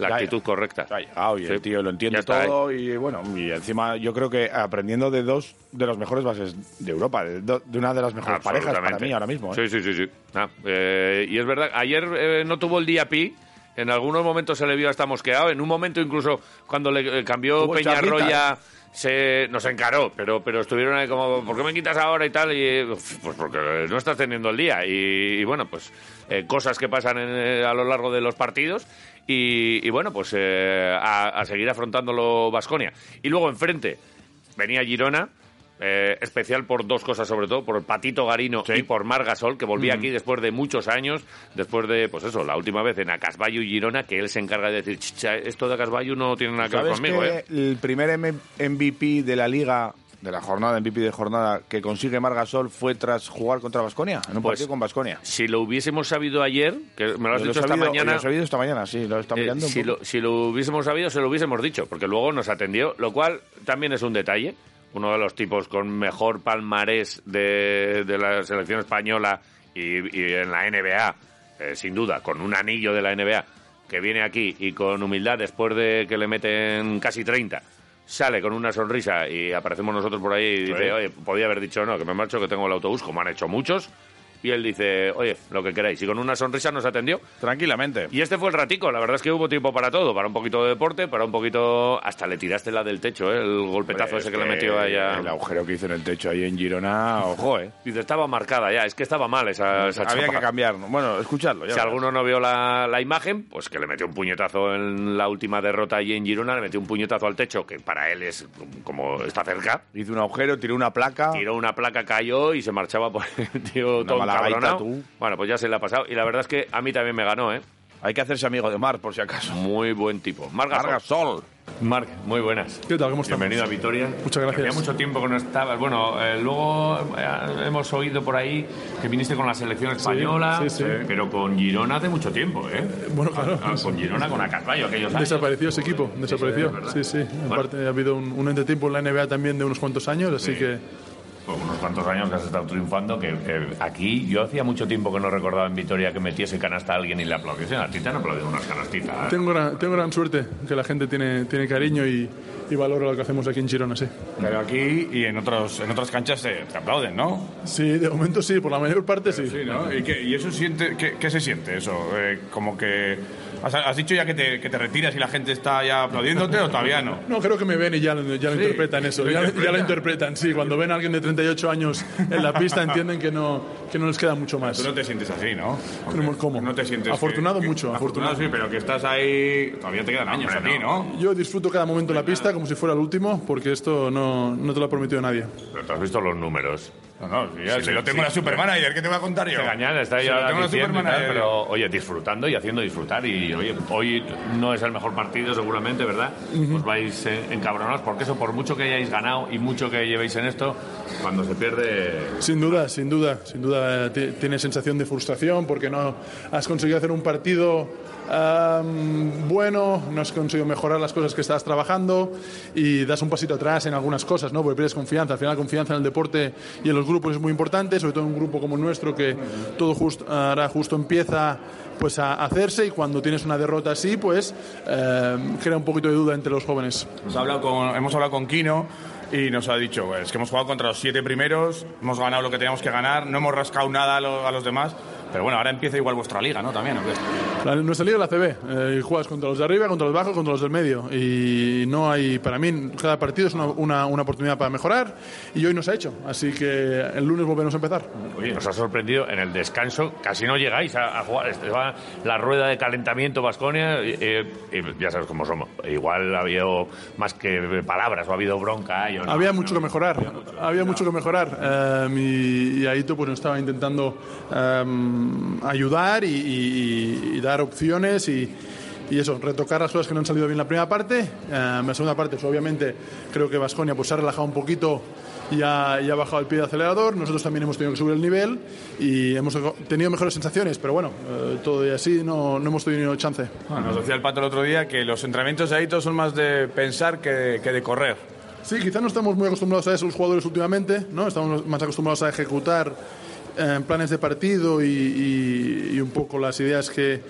S1: La
S2: Ya,
S1: actitud
S2: ya.
S1: correcta.
S2: Ay, ah, oye,
S1: Sí.
S2: tío, lo
S1: Ya
S2: entiende
S1: está, ¿eh?
S2: todo y bueno, y encima yo creo que aprendiendo de dos de los mejores bases de Europa, de, do- de una de las mejores parejas para
S1: Absolutamente.
S2: mí ahora mismo. ¿eh?
S1: Sí, sí, sí. sí. Ah, eh, y es verdad, ayer eh, no tuvo el día pi. En algunos momentos se le vio hasta mosqueado. En un momento incluso cuando le eh, cambió
S2: Tuvo
S1: Peñarroya se nos encaró, pero pero estuvieron ahí como ¿por qué me quitas ahora y tal? Y eh, pues porque no estás teniendo el día y, y bueno pues eh, cosas que pasan en, eh, a lo largo de los partidos y, y bueno pues eh, a, a seguir afrontándolo Vasconia y luego enfrente venía Girona eh, especial por dos cosas, sobre todo por el Patito Garino y por Margasol, que volvía aquí después de muchos años, después de, pues eso, la última vez en Acasballo y Girona, que él se encarga de decir, "Chicha, esto de Acasballo no tiene nada que ver
S2: ¿Sabes
S1: conmigo,
S2: que
S1: ¿eh?
S2: el primer M- MVP de la liga, de la jornada, MVP de jornada, que consigue Margasol fue tras jugar contra Basconia, en un
S1: Pues,
S2: partido con Basconia.
S1: Si lo hubiésemos sabido ayer, que me lo has dicho esta mañana,
S2: Lo he sabido esta mañana, sí, lo está
S1: eh,
S2: mirando. un
S1: si,
S2: poco.
S1: lo, si lo hubiésemos sabido, se lo hubiésemos dicho, porque luego nos atendió, lo cual también es un detalle. Uno de los tipos con mejor palmarés de, de la selección española y, y en la NBA, eh, sin duda, con un anillo de la NBA, que viene aquí y con humildad, después de que le meten casi 30, sale con una sonrisa y aparecemos nosotros por ahí y dice, oye, podía haber dicho no, que me marcho, que tengo el autobús, como han hecho muchos. Y él dice, oye, lo que queráis. Y con una sonrisa nos atendió.
S2: Tranquilamente.
S1: Y este fue el ratico, la verdad es que hubo tiempo para todo, para un poquito de deporte, para un poquito... Hasta le tiraste la del techo, ¿eh? el golpetazo ese que, le metió allá.
S2: Pues, eh, El agujero que hizo en el techo ahí en Girona, ojo, eh.
S1: Dice, estaba marcada ya, es que estaba mal esa, esa
S2: Había
S1: chapa.
S2: que cambiar. Bueno, escucharlo. ya
S1: Si
S2: verás.
S1: alguno no vio la, la imagen, pues que le metió un puñetazo en la última derrota allí en Girona, le metió un puñetazo al techo, que para él es como está cerca.
S2: Hizo un agujero, tiró una placa.
S1: Tiró una placa, cayó y se marchaba por el tío todo
S2: mala gaita,
S1: encabronado.
S2: tú.
S1: Bueno, pues ya se le ha pasado. Y la verdad es que a mí también me ganó, ¿eh?
S2: Hay que hacerse amigo de Mar, por si acaso.
S1: Muy buen tipo. Marga
S2: Carga sol.
S8: Marc, muy buenas.
S9: ¿Qué tal? ¿Cómo estamos?
S8: Bienvenido a Vitoria.
S9: Muchas gracias.
S8: Había mucho tiempo que no estabas. Bueno, eh, luego eh, hemos oído por ahí que viniste con la selección española, eh,
S9: sí, sí.
S8: pero con Girona hace mucho tiempo, ¿eh?
S9: Bueno, claro.
S8: Ah, con Girona, con Acasballo, aquellos años.
S9: Desapareció ese equipo,
S8: Sí,
S9: desapareció.
S8: es verdad.
S9: Sí, sí.
S8: Bueno,
S9: Aparte, ha habido un, un entretiempo en la NBA también de unos cuantos años, así
S8: Sí.
S9: que.
S8: por pues unos cuantos años que has estado triunfando, que eh, aquí yo hacía mucho tiempo que no recordaba en Vitoria que metiese canasta a alguien y le aplaudiesen. A ti te han aplaudido unas canastitas. ¿eh?
S9: Tengo gran, tengo gran suerte que la gente tiene, tiene cariño y, y valora lo que hacemos aquí en Girona, sí.
S7: Pero aquí y en, otros, en otras canchas eh, te, te aplauden, ¿no?
S9: Sí, de momento sí, por la mayor parte sí.
S7: Sí, ¿no? ¿Y, qué, y eso siente, qué, qué se siente eso? Eh, como que... ¿Has, has dicho ya que te, que te retiras y la gente está ya aplaudiéndote o todavía no?
S9: No, creo que me ven y ya, lo- ya lo interpretan eso, ya, ya lo interpretan, sí. Cuando ven a alguien de 38 años en la pista entienden que no, que no les queda mucho
S7: Tú
S9: más.
S7: no te sientes así, ¿no?
S9: Pero, ¿cómo?
S7: No te sientes...
S9: Afortunado
S7: que- que-
S9: mucho,
S7: afortunado. sí,
S9: afortunado.
S7: pero que estás ahí... Todavía te quedan años aquí, ¿no?
S9: Yo disfruto cada momento en la pista como si fuera el último, porque esto no, no te lo ha prometido nadie.
S1: Pero te has visto los números.
S7: No, no, si, ya-
S1: Sí,
S7: si lo
S1: sí.
S7: tengo en la supermanager, ¿qué te voy a contar yo?
S1: Gañán está
S7: Si
S1: ya
S7: lo tengo en la
S1: diciendo y tal,
S7: supermanager.
S1: pero oye, disfrutando y haciendo disfrutar. Y oye, hoy no es el mejor partido, seguramente, ¿verdad? Os vais eh, encabronados, porque eso, por mucho que hayáis ganado y mucho que llevéis en esto, cuando se pierde.
S9: Sin duda, sin duda, sin duda eh, ti- tienes sensación de frustración porque no has conseguido hacer un partido am, bueno, no has conseguido mejorar las cosas que estabas trabajando y das un pasito atrás en algunas cosas, ¿no? Porque pierdes confianza. Al final, la confianza en el deporte y en los grupos es muy importante, sobre todo en un grupo como el nuestro que todo justo, ahora justo empieza pues a hacerse y cuando tienes una derrota así, pues eh, crea un poquito de duda entre los jóvenes.
S7: Hemos hablado con, hemos hablado con Kino
S10: y nos ha dicho, "Bueno, es que hemos jugado contra los siete primeros, hemos ganado lo que teníamos que ganar, no hemos rascado nada a, lo- a los demás, pero bueno, ahora empieza igual vuestra liga, ¿no? También. ¿o qué?
S9: La- nuestra liga es la CB. eh, y juegas contra los de arriba, contra los de abajo, contra los del medio. Y no hay, para mí, cada partido es una, una- una oportunidad para mejorar. Y hoy no se ha hecho. Así que el lunes volvemos a empezar.
S1: Oye, nos ha sorprendido en el descanso, casi no llegáis a, a jugar. Este, va la rueda de calentamiento Vasconia, eh, ya sabes cómo somos. Igual ha habido más que palabras, o ha habido bronca. yo no.
S9: Había mucho que mejorar, había mucho que mejorar. em, y, y Aito pues, nos estaba intentando em, ayudar y, y- y dar opciones y, y eso, retocar las cosas que no han salido bien la primera parte. Em, la segunda parte, pues, obviamente, creo que Vasconia pues, se ha relajado un poquito y ha, y ha bajado el pie de acelerador. Nosotros también hemos tenido que subir el nivel y hemos tenido mejores sensaciones, pero bueno, eh, todo y así no, no hemos tenido chance.
S10: Bueno, nos decía el pato el otro día que los entrenamientos de Aito son más de pensar que de, que de correr.
S9: Sí, quizás no estamos muy acostumbrados a eso los jugadores últimamente, ¿no? Estamos más acostumbrados a ejecutar eh, planes de partido y, y- y un poco las ideas que,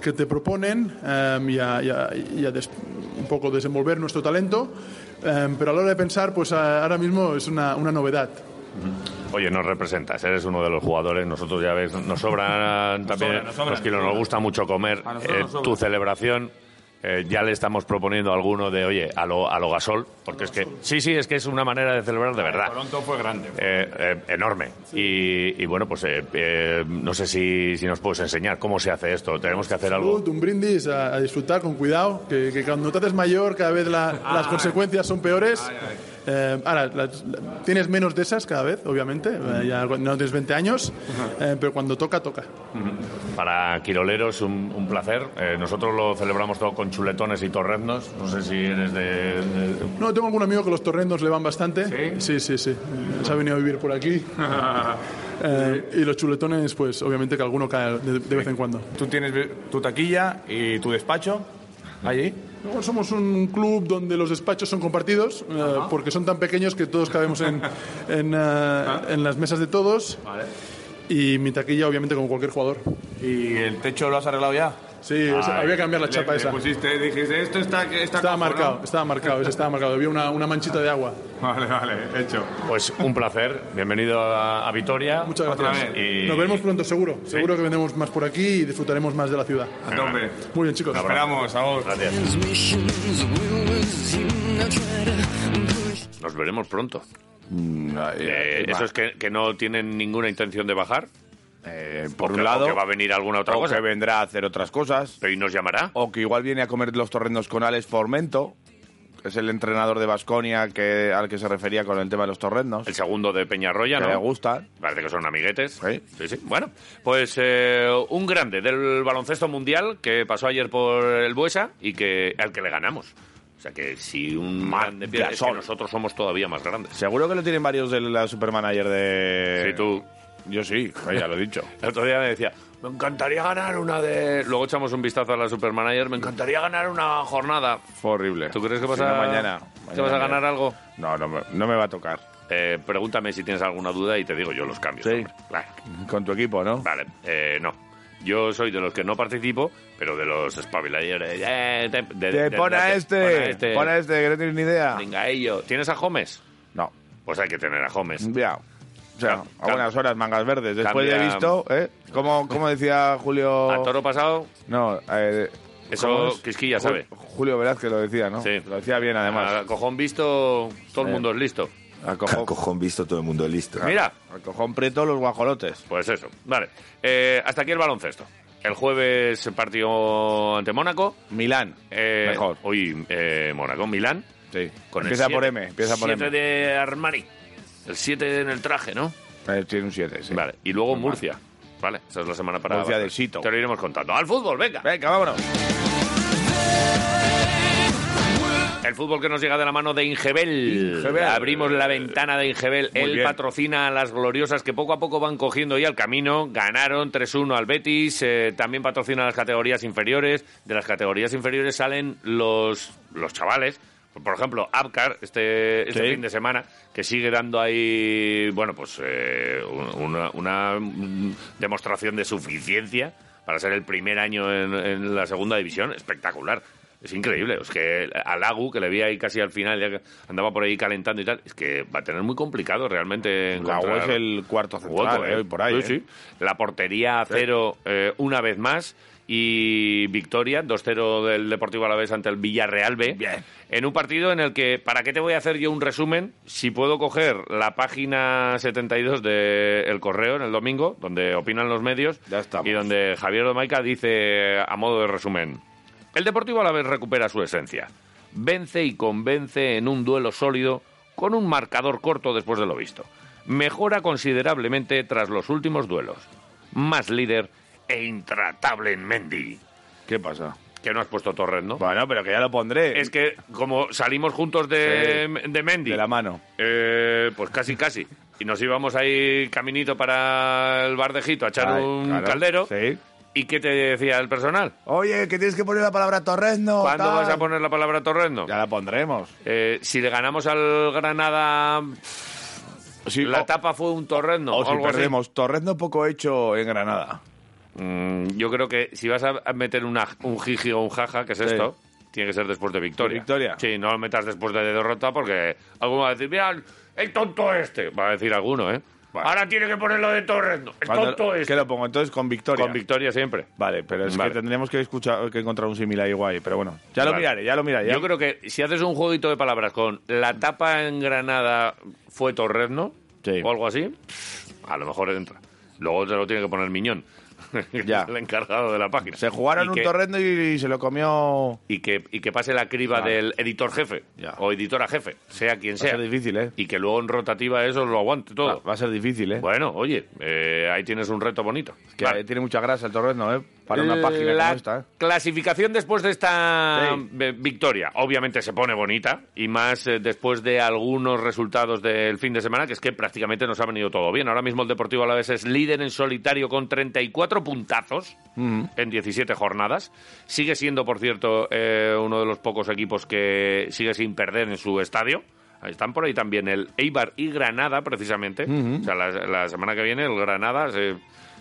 S9: que te proponen em, y a, y a- y a des- un poco desenvolver nuestro talento. Em, pero a la hora de pensar, pues a- ahora mismo es una, una novedad.
S1: Oye, nos representas, eres uno de los jugadores. Nosotros ya ves, nos sobran también
S10: sobra, nos sobra,
S1: los kilos,
S10: nos
S1: nos
S10: sobra.
S1: gusta mucho comer.
S10: A nosotros
S1: Eh,
S10: nos sobra.
S1: tu celebración. eh, ya le estamos proponiendo a alguno de, oye, a lo, a lo gasol, porque es que, sí, sí, es que es una manera de celebrar de verdad.
S10: Toronto fue grande.
S1: Eh, eh, enorme. Y, y bueno, pues eh, eh, no sé si, si nos puedes enseñar cómo se hace esto. Tenemos que hacer algo.
S9: Un brindis a, a disfrutar con cuidado, que, que cuando te haces mayor cada vez la- las consecuencias son peores. Eh, ahora, las- la- tienes menos de esas cada vez, obviamente, eh, ya cuando no tienes 20 años, eh, pero cuando toca, toca.
S1: Para Quiroleros, un, un placer. Eh, nosotros lo celebramos todo con chuletones y torreznos. No sé si eres de. de-
S9: No, tengo algún amigo que los torrendos le van bastante. Sí, sí, sí. Se ha venido a vivir por aquí. Eh, y los chuletones, pues obviamente que alguno cae de, de vez en cuando.
S10: Tú tienes tu taquilla y tu despacho allí.
S9: Luego somos un club donde los despachos son compartidos, eh, porque son tan pequeños que todos cabemos en, en, eh,
S1: Ah.
S9: en las mesas de todos. Y mi taquilla, obviamente, como cualquier jugador.
S10: ¿Y el techo lo has arreglado ya? Ah,
S9: Sí,
S1: Ah,
S9: esa- había que cambiar la chapa esa.
S10: pusiste, dijiste, esto está, está
S9: Estaba marcado, estaba marcado, ese estaba marcado. Había una, una manchita de agua.
S10: Vale, vale, hecho.
S1: Pues un placer. Bienvenido a, a Vitoria.
S9: Muchas
S10: Otra
S9: gracias.
S1: vez. Y-
S9: Nos veremos pronto, seguro. Seguro que vendremos más por aquí y disfrutaremos más de la ciudad.
S10: A tope.
S9: Muy bien, chicos.
S10: Esperamos, ahora.
S8: Nos veremos pronto. Eh,
S2: Eh,
S8: eso es que, que no tienen ninguna intención de bajar.
S2: eh, por
S8: o
S2: un
S8: que-
S2: lado,
S8: o que va a venir alguna otra
S2: o
S8: cosa.
S2: que vendrá a hacer otras cosas,
S8: Pero y nos llamará.
S2: o que igual viene a comer los torrendos con Alex Formento, que es el entrenador de Basconia que, al que se refería con el tema de los torrendos,
S8: El segundo de Peñarroya,
S2: que
S8: ¿no?
S2: le gusta.
S8: Parece que son amiguetes.
S2: Sí.
S8: sí. sí. Bueno, pues eh, un grande del baloncesto mundial que pasó ayer por el Buesa y que al que le ganamos. O sea que si un grande pierde, es que
S2: Gasol.
S8: nosotros somos todavía más grandes.
S2: Seguro que lo tienen varios de la supermanager de...
S8: Sí, tú.
S2: Yo sí, ya lo he dicho.
S8: El otro día me decía, me encantaría ganar una de... Luego echamos un vistazo a la Supermanager, me encantaría ganar una jornada.
S2: Fue horrible.
S8: ¿Tú crees que vas
S2: Si no,
S8: a...
S2: mañana?
S8: ¿Te vas a ganar algo?
S2: No, no, me- no me va a tocar.
S8: Eh, pregúntame si tienes alguna duda y te digo yo los cambios.
S2: Sí.
S8: hombre. Claro.
S2: Con tu equipo, ¿no?
S8: Vale, eh, no. Yo soy de los que no participo, pero de los espabiladores. Eh, te, de-
S2: Te
S8: de-
S2: pon a
S8: de-
S2: este,
S8: pon
S2: pon a este, que no tienes ni idea.
S8: Venga, ello. ¿Tienes a Gómez?
S2: No,
S8: Pues hay que tener a Gómez.
S2: ya. O sea,
S8: Cam-
S2: a buenas horas, mangas verdes. Después
S8: cambia-
S2: de visto, ¿eh? ¿Cómo, cómo decía Julio...?
S8: A toro pasado,
S2: No, eh,
S8: Eso
S2: ¿cómo es?
S8: Quisquilla
S2: Ju-
S8: sabe.
S2: Julio Velázquez lo decía, ¿no?
S8: Sí.
S2: Lo decía bien,
S8: a
S2: además.
S8: cojón visto, todo el mundo es listo.
S2: Al
S11: Al
S2: cojón,
S11: cojón visto, todo el mundo listo.
S8: Mira,
S2: al cojón preto, los guajolotes.
S8: pues eso. Vale, Eh, hasta aquí el baloncesto. El jueves partido ante Mónaco.
S2: Milán,
S8: Eh,
S2: mejor.
S8: Hoy eh, Mónaco, Milán.
S2: Sí.
S8: Con el
S2: empieza por
S8: siete-
S2: M, empieza por
S8: siete
S2: M.
S8: de Armani. El 7 en el traje, ¿no?
S2: Eh, tiene un 7, sí.
S8: Vale, y luego Murcia. Vale, esa es la semana para...
S2: Murcia de Sito.
S8: Te lo iremos contando. ¡Al fútbol, venga!
S2: Venga, vámonos.
S8: El fútbol que nos llega de la mano de Ingebel.
S2: Ingebel.
S8: Abrimos la ventana de Ingebel.
S2: Eh, Muy
S8: Él
S2: bien.
S8: patrocina a las gloriosas que poco a poco van cogiendo ya el camino. Ganaron 3-1 al Betis. eh, también patrocina las categorías inferiores. De las categorías inferiores salen los, los chavales. Por ejemplo, Abkar, este, este
S2: Sí.
S8: fin de semana, que sigue dando ahí, bueno, pues eh, un- una, una, mm, demostración de suficiencia para ser el primer año en, en la segunda división. Espectacular.
S1: es increíble. Es que a Lagu, que le vi ahí casi al final, ya que andaba por ahí calentando y tal, es que va a tener muy complicado realmente.
S2: Lago
S1: encontrar
S2: es el cuarto central,
S1: hueco,
S2: eh, hoy por ahí,
S1: Sí,
S2: eh.
S1: sí. La portería a cero eh, una vez más. Y victoria, 2-0 del Deportivo Alavés ante el Villarreal B. En un partido en el que, ¿para qué te voy a hacer yo un resumen? Si puedo coger la página 72 del El Correo en el domingo, donde opinan los medios, y donde Javier Domaica dice, a modo de resumen, el Deportivo Alavés recupera su esencia. Vence y convence en un duelo sólido con un marcador corto después de lo visto. Mejora considerablemente tras los últimos duelos. Más líder e intratable en Mendy.
S2: ¿Qué pasa?
S1: Que no has puesto Torres, ¿no?
S2: Bueno, pero que ya lo pondré.
S1: Es que como salimos juntos de, de Mendy,
S2: De la mano.
S1: eh, pues casi, casi. Y nos íbamos ahí caminito para el bardejito a echar
S2: Ay,
S1: un
S2: claro,
S1: caldero.
S2: sí.
S1: ¿Y qué te decía el personal?
S2: Oye, que tienes que poner la palabra Torresno.
S1: ¿Cuándo
S2: tal.
S1: vas a poner la palabra Torrendo?
S2: Ya la pondremos.
S1: Eh, si le ganamos al Granada,
S2: Sí,
S1: la
S2: o-
S1: etapa fue un torrendo.
S2: o
S1: o
S2: si
S1: algo así.
S2: perdemos, Torresno poco hecho en Granada.
S1: Mm, yo creo que si vas a meter una- un jiji o un jaja, que es esto, tiene que ser después de victoria.
S2: Victoria.
S1: Sí, no lo metas después de derrota porque alguno va a decir, mira, el tonto este. Va a decir alguno, ¿eh? Ahora tiene que ponerlo de torrendo. El
S2: Cuando-
S1: tonto
S2: ¿Qué
S1: este.
S2: lo pongo? Entonces con victoria.
S1: Con victoria siempre.
S2: Vale, pero es
S1: Vale.
S2: que tendríamos que, escuchar, que encontrar un similar igual. Pero bueno, ya lo
S1: Vale.
S2: miraré, ya lo miraré. ya-
S1: Yo creo que si haces un jueguito de palabras con la tapa en Granada fue Torrezno
S2: Sí.
S1: o algo así, a lo mejor entra. Luego te lo tiene que poner Miñón, que
S2: Ya.
S1: es el encargado de la página.
S2: Se jugaron
S1: Y
S2: un
S1: que-
S2: Torresno y, y se lo comió.
S1: Y que, y que pase la criba del editor jefe
S2: Ya.
S1: o editora jefe, sea quien
S2: Va a
S1: sea.
S2: ser difícil, ¿eh?
S1: Y que luego en rotativa eso lo aguante todo.
S2: Va a ser difícil, ¿eh?
S1: Bueno, oye, eh, ahí tienes un reto bonito.
S2: que eh,
S1: Vale.
S2: tiene mucha grasa el Torresno, ¿eh? Para una página
S1: la
S2: como esta, ¿eh?
S1: Clasificación después de esta
S2: Sí.
S1: eh, victoria. Obviamente se pone bonita y más eh, después de algunos resultados del fin de semana, que es que prácticamente nos ha venido todo bien. Ahora mismo el Deportivo Alavés es líder en solitario con 34 puntazos en 17 jornadas. Sigue siendo, por cierto, eh, uno de los pocos equipos que sigue sin perder en su estadio. Ahí Están por ahí también el Eibar y Granada, precisamente. O sea, la, la semana que viene el Granada se,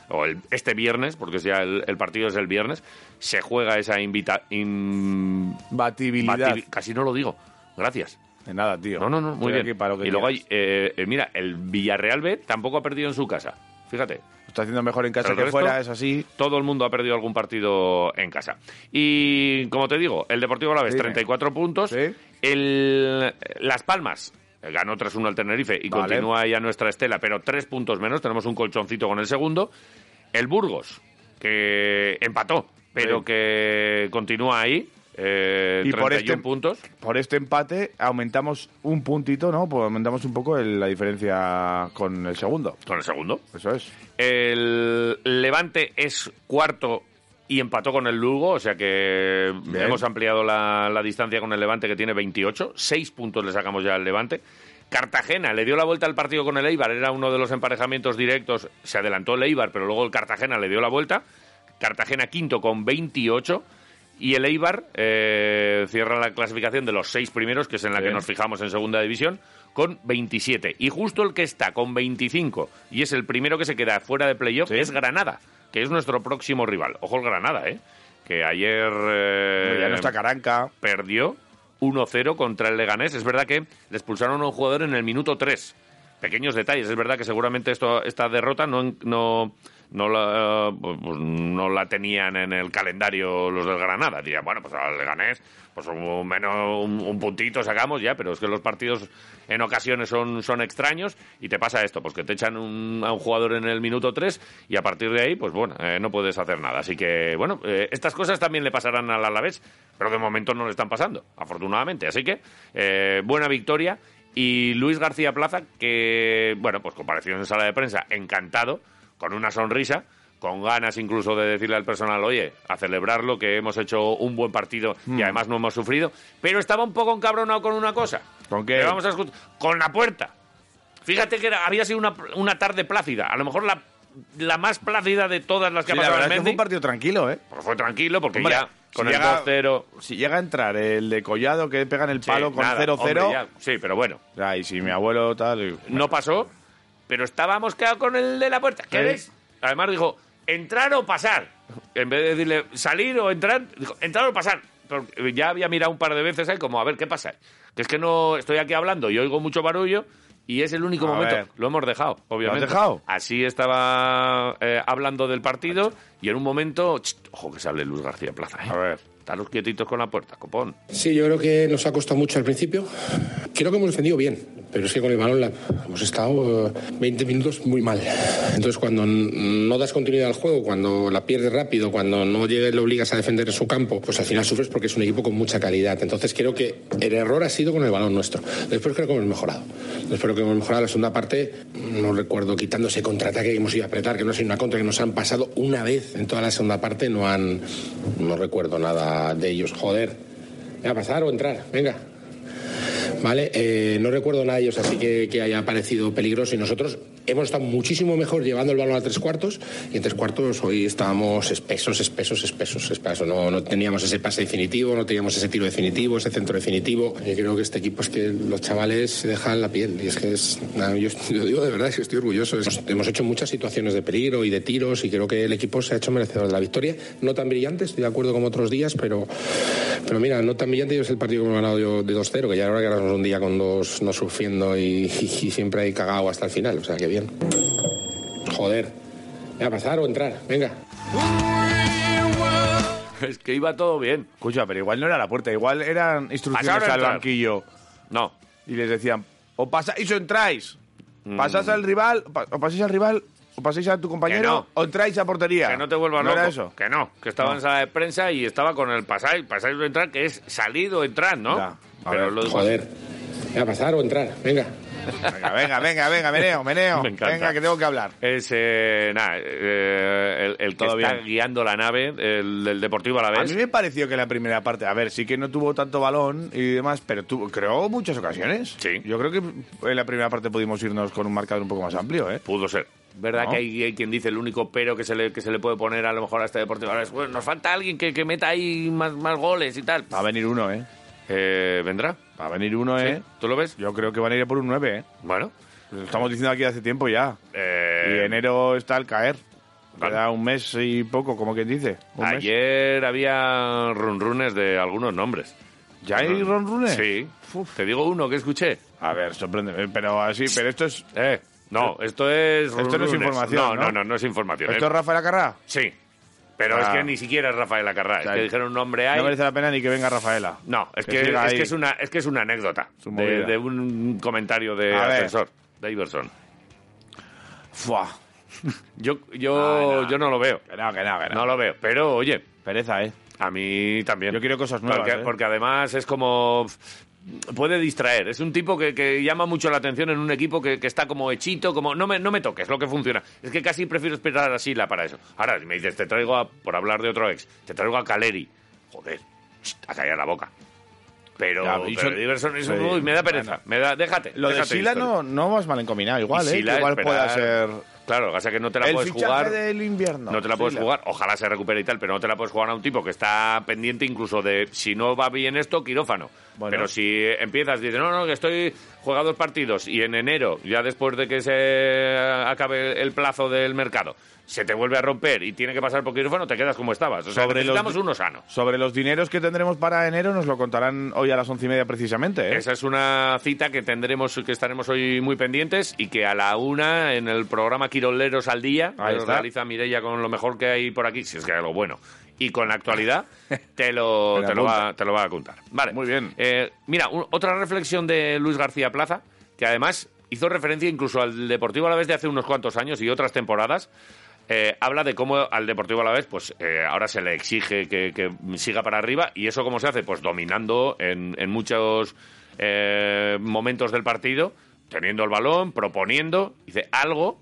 S1: o el- este viernes, porque es ya el, el partido es el viernes, se juega esa invita, in-
S2: Batibilidad.
S1: bativi- casi no lo digo. Gracias.
S2: De nada, tío.
S1: No, no, no, muy
S2: Estoy aquí
S1: bien.
S2: para lo que
S1: y luego hay,
S2: quieras.
S1: eh, eh, mira, el Villarreal B tampoco ha perdido en su casa. Fíjate,
S2: Está haciendo mejor en casa
S1: pero
S2: que
S1: el resto,
S2: fuera, es así.
S1: Todo el mundo ha perdido algún partido en casa. Y como te digo, el Deportivo Alavés
S2: Dime.
S1: 34 puntos,
S2: Sí.
S1: el Las Palmas eh, ganó 3-1 al Tenerife y
S2: Vale.
S1: continúa ya nuestra estela, pero tres puntos menos, tenemos un colchoncito con el segundo. El Burgos que empató, pero
S2: Sí.
S1: que continúa ahí. Eh,
S2: Y
S1: 31
S2: por este-
S1: puntos.
S2: Por este empate aumentamos un puntito, ¿no? Pues aumentamos un poco el- la diferencia con el segundo.
S1: Con el segundo.
S2: Eso es.
S1: El Levante es cuarto y empató con el Lugo, o sea que
S2: Bien.
S1: hemos ampliado la, la distancia con el Levante que tiene 28. Seis puntos le sacamos ya al Levante. Cartagena le dio la vuelta al partido con el Eibar, era uno de los emparejamientos directos. Se adelantó el Eibar, pero luego el Cartagena le dio la vuelta. Cartagena quinto con 28. Y el Eibar eh, cierra la clasificación de los seis primeros, que es en la que
S2: Bien.
S1: nos fijamos en segunda división, con 27. Y justo el que está con 25 y es el primero que se queda fuera de playoff es Granada, que es nuestro próximo rival. Ojo el Granada, ¿eh? Que ayer eh,
S2: ya no está Caranca.
S1: perdió 1-0 contra el Leganés. Es verdad que le expulsaron a un jugador en el minuto 3. Pequeños detalles. Es verdad que seguramente esto, esta derrota no, no, no, la, eh, pues, pues, no la tenían en el calendario los del Granada. Dirían, bueno, pues al Leganés, pues un, menos, un, un puntito sacamos ya, pero es que los partidos en ocasiones son, son extraños y te pasa esto, pues que te echan un- a un jugador en el minuto 3 y a partir de ahí, pues bueno, eh, no puedes hacer nada. Así que, bueno, eh, estas cosas también le pasarán al Alavés, pero de momento no le están pasando, afortunadamente. Así que, eh, buena victoria. Y Luis García Plaza, que, bueno, pues compareció en sala de prensa encantado, con una sonrisa, con ganas incluso de decirle al personal, oye, a celebrarlo, que hemos hecho un buen partido
S2: Mm.
S1: y además no hemos sufrido. Pero estaba un poco encabronado con una cosa.
S2: ¿Con qué?
S1: Que vamos a escuchar- Con la puerta. Fíjate que era- había sido una, una tarde plácida, a lo mejor la, la más plácida de todas las que
S2: Sí, la
S1: ha pasado
S2: verdad
S1: en
S2: es que
S1: Mendy.
S2: fue un partido tranquilo, ¿eh?
S1: Pues fue tranquilo porque
S2: Hombre,
S1: ya
S2: si
S1: con el
S2: llega-
S1: 2-0...
S2: Si llega a entrar el de Collado que pega en el
S1: sí,
S2: palo con
S1: nada,
S2: 0-0.
S1: hombre, ya, Sí, pero bueno,
S2: Ay, si mi abuelo tal. y-
S1: no pasó, pero estaba mosqueado con el de la puerta. ¿Qué
S2: Sí.
S1: ves? Además dijo, entrar o pasar. En vez de decirle salir o entrar, dijo, entrar o pasar. porque ya había mirado un par de veces ahí, como a ver qué pasa. Que es que no estoy aquí hablando y oigo mucho barullo. Y es el único
S2: A
S1: momento.
S2: ver.
S1: Lo hemos dejado, obviamente.
S2: dejado?
S1: Así estaba eh, hablando del partido y en un momento. ch, ojo que sale Luis García Plaza. ¿eh? A ver. Estaros quietitos con la puerta, copón.
S12: Sí, yo creo que nos ha costado mucho al principio. Creo que hemos defendido bien, pero es que con el balón la- hemos estado eh, 20 minutos muy mal. Entonces, cuando n- no das continuidad al juego, cuando la pierdes rápido, cuando no llegas lo obligas a defender en su campo, pues al final sufres porque es un equipo con mucha calidad. Entonces, creo que el error ha sido con el balón nuestro. Después creo que hemos mejorado. Después creo que hemos mejorado la segunda parte. No recuerdo quitando ese contraataque que hemos ido a apretar, que no ha sido una contra, que nos han pasado una vez en toda la segunda parte. No han. No recuerdo nada de ellos. Joder. Venga, pasar o entrar, venga. Vale, eh, no recuerdo nada de ellos así que, que haya parecido peligroso y nosotros hemos estado muchísimo mejor llevando el balón a tres cuartos y en tres cuartos hoy estábamos espesos, espesos, espesos, espesos. No, no teníamos ese pase definitivo, no teníamos ese tiro definitivo, ese centro definitivo. Yo creo que este equipo es que los chavales se dejan la piel y es que es, nada, yo, est- lo digo de verdad, es que estoy orgulloso. Es- hemos hecho muchas situaciones de peligro y de tiros y creo que el equipo se ha hecho merecedor de la victoria. No tan brillante, estoy de acuerdo como otros días, pero, pero mira, no tan brillante es el partido que hemos ganado yo de 2-0, que ya ahora que ganamos un día con dos no sufriendo y, y siempre hay cagado hasta el final, o sea que bien. Joder, a pasar o entrar, venga.
S1: Es que iba todo bien.
S2: Escucha, pero igual no era la puerta, igual eran instrucciones
S1: Pasaron a
S2: al
S1: entrar.
S2: banquillo.
S1: No.
S2: Y les decían, o pasáis o entráis.
S1: Mm.
S2: Pasás al rival, pa- o pasáis al rival, o pasáis a tu compañero,
S1: no.
S2: o entráis a portería.
S1: Que no te vuelvas
S2: ¿No
S1: loco.
S2: era eso?
S1: Que no, que estaba
S2: No.
S1: en sala de prensa y estaba con el pasáis, pasáis o entrar, que es salir o entrar, ¿no?
S2: Ya, a
S1: Pero
S2: ver,
S1: lo-
S12: Joder, a pasar o entrar, venga.
S2: Venga, venga, venga, venga, meneo, meneo.
S1: Me encanta.
S2: venga, que tengo que hablar.
S1: Es, eh, nada, eh, el, el que
S2: Todo
S1: está
S2: bien.
S1: guiando la nave, el del Deportivo a la
S2: A
S1: vez.
S2: mí me pareció que la primera parte, a ver, sí que no tuvo tanto balón y demás, pero tuvo, creó muchas ocasiones.
S1: Sí.
S2: Yo creo que en la primera parte pudimos irnos con un marcador un poco más amplio, ¿eh?
S1: Pudo ser. ¿Verdad
S2: No.
S1: que hay, hay quien dice el único pero que se le, que se le puede poner a lo mejor a este Deportivo a la vez? Bueno, nos falta alguien que, que meta ahí más, más goles y tal.
S2: Va a venir uno, ¿eh?
S1: Eh, ¿Vendrá?
S2: Va a venir uno, ¿eh?
S1: ¿Sí? ¿Tú lo ves?
S2: Yo creo que van a ir a por un 9, ¿eh?
S1: Bueno.
S2: Lo estamos diciendo aquí hace tiempo ya.
S1: eh,
S2: Y enero está al caer.
S1: Vale. Ah,
S2: Queda un mes y poco, como quien dice. Un mes.
S1: Ayer había runrunes de algunos nombres.
S2: ¿Ya hay ronrunes?
S1: Sí. Te digo uno que escuché.
S2: A ver, sorprende. Pero así, pero esto es.
S1: Eh, no, esto es
S2: Esto no es
S1: runrunes.
S2: información,
S1: No, no,
S2: ¿no?
S1: no, no es información.
S2: ¿Esto es
S1: eh.
S2: Rafael Acarrá?
S1: Sí. Pero es
S2: Ah.
S1: que ni siquiera es Rafael Acarrá. Es
S2: sea,
S1: que dijeron un nombre ahí.
S2: No merece la pena ni que venga Rafaela.
S1: No, es que,
S2: siga
S1: es,
S2: ahí.
S1: que es, una, es que es una anécdota
S2: Su
S1: de,
S2: movida.
S1: de un comentario de
S2: A ver.
S1: ascensor, de Iverson.
S2: Fuah.
S1: Yo, yo,
S2: Ah, no.
S1: yo no lo veo.
S2: Que no, que no, que no.
S1: No lo veo. Pero, oye,
S2: Pereza, ¿eh?
S1: a mí también.
S2: Yo quiero cosas nuevas,
S1: Porque,
S2: ¿eh?
S1: porque además es como... Puede distraer. Es un tipo que, que llama mucho la atención en un equipo que, que está como hechito, como... No me, no me toques, lo que funciona. Es que casi prefiero esperar a Sila para eso. Ahora, si me dices, te traigo a... Por hablar de otro ex, te traigo a Caleri. Joder, a callar la boca. Pero,
S2: Ya,
S1: pero
S2: y son-
S1: Iverson es un-
S2: sí,
S1: uy, me da pereza.
S2: bueno.
S1: Me da, déjate.
S2: Lo de
S1: déjate
S2: Sila
S1: historia.
S2: no, no vas mal encaminado, igual,
S1: Y
S2: ¿eh?
S1: Sila,
S2: Que igual
S1: esperar-
S2: pueda ser.
S1: Claro, lo que pasa es que no te la
S2: el
S1: puedes
S2: fichaje
S1: jugar.
S2: del invierno.
S1: No te la puedes
S2: Sila.
S1: jugar, ojalá se recupere y tal, pero no te la puedes jugar a un tipo que está pendiente incluso de si no va bien esto, quirófano.
S2: Bueno.
S1: Pero si empiezas, dices, no, no, que estoy juega dos partidos y en enero, ya después de que se acabe el plazo del mercado, se te vuelve a romper y tiene que pasar por quirófano, te quedas como estabas. O sea,
S2: Sobre los-
S1: necesitamos uno sano.
S2: Sobre los dineros que tendremos para enero nos lo contarán hoy a las once y media precisamente, ¿eh?
S1: Esa es una cita que tendremos, que estaremos hoy muy pendientes y que a la una en el programa Quiroleros al Día
S2: Ahí
S1: que
S2: está.
S1: realiza Mireia con lo mejor que hay por aquí, si es que hay algo bueno. Y con la actualidad te lo,
S2: Me la
S1: te lo, va,
S2: apunta.
S1: te lo va a contar. Vale.
S2: Muy bien.
S1: Eh, mira, u- otra reflexión de Luis García Plaza, que además hizo referencia incluso al Deportivo Alavés de hace unos cuantos años y otras temporadas. eh, habla de cómo al Deportivo Alavés, pues eh, ahora se le exige que, que siga para arriba y eso cómo se hace, pues dominando en, en muchos eh, momentos del partido, teniendo el balón, proponiendo, dice algo,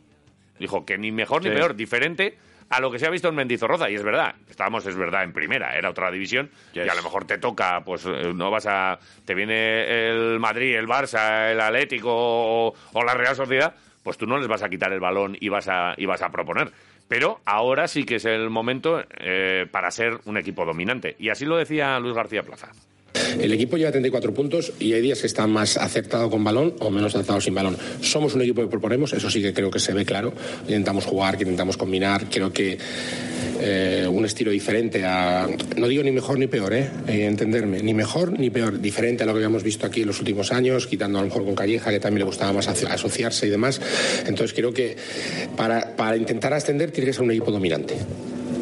S1: dijo que ni mejor ni
S2: Sí.
S1: peor, diferente a lo que se ha visto en Mendizorroza y es verdad, estábamos es verdad en primera, era otra división
S2: Yes.
S1: y a lo mejor te toca, pues eh, no vas a. Te viene el Madrid, el Barça, el Atlético o, o la Real Sociedad, pues tú no les vas a quitar el balón y vas a, y vas a proponer. Pero ahora sí que es el momento eh, para ser un equipo dominante. Y así lo decía Luis García Plaza.
S6: El equipo lleva 34 puntos y hay días que está más acertado con balón o menos acertado sin balón. Somos un equipo que proponemos, eso sí que creo que se ve claro. Intentamos jugar, que intentamos combinar, creo que eh, un estilo diferente a. No digo ni mejor ni peor, ¿eh? Eh, Entenderme. Ni mejor ni peor. Diferente a lo que habíamos visto aquí en los últimos años, quitando a lo mejor con Calleja, que también le gustaba más aso- asociarse y demás. Entonces creo que para, para intentar ascender tiene que ser un equipo dominante.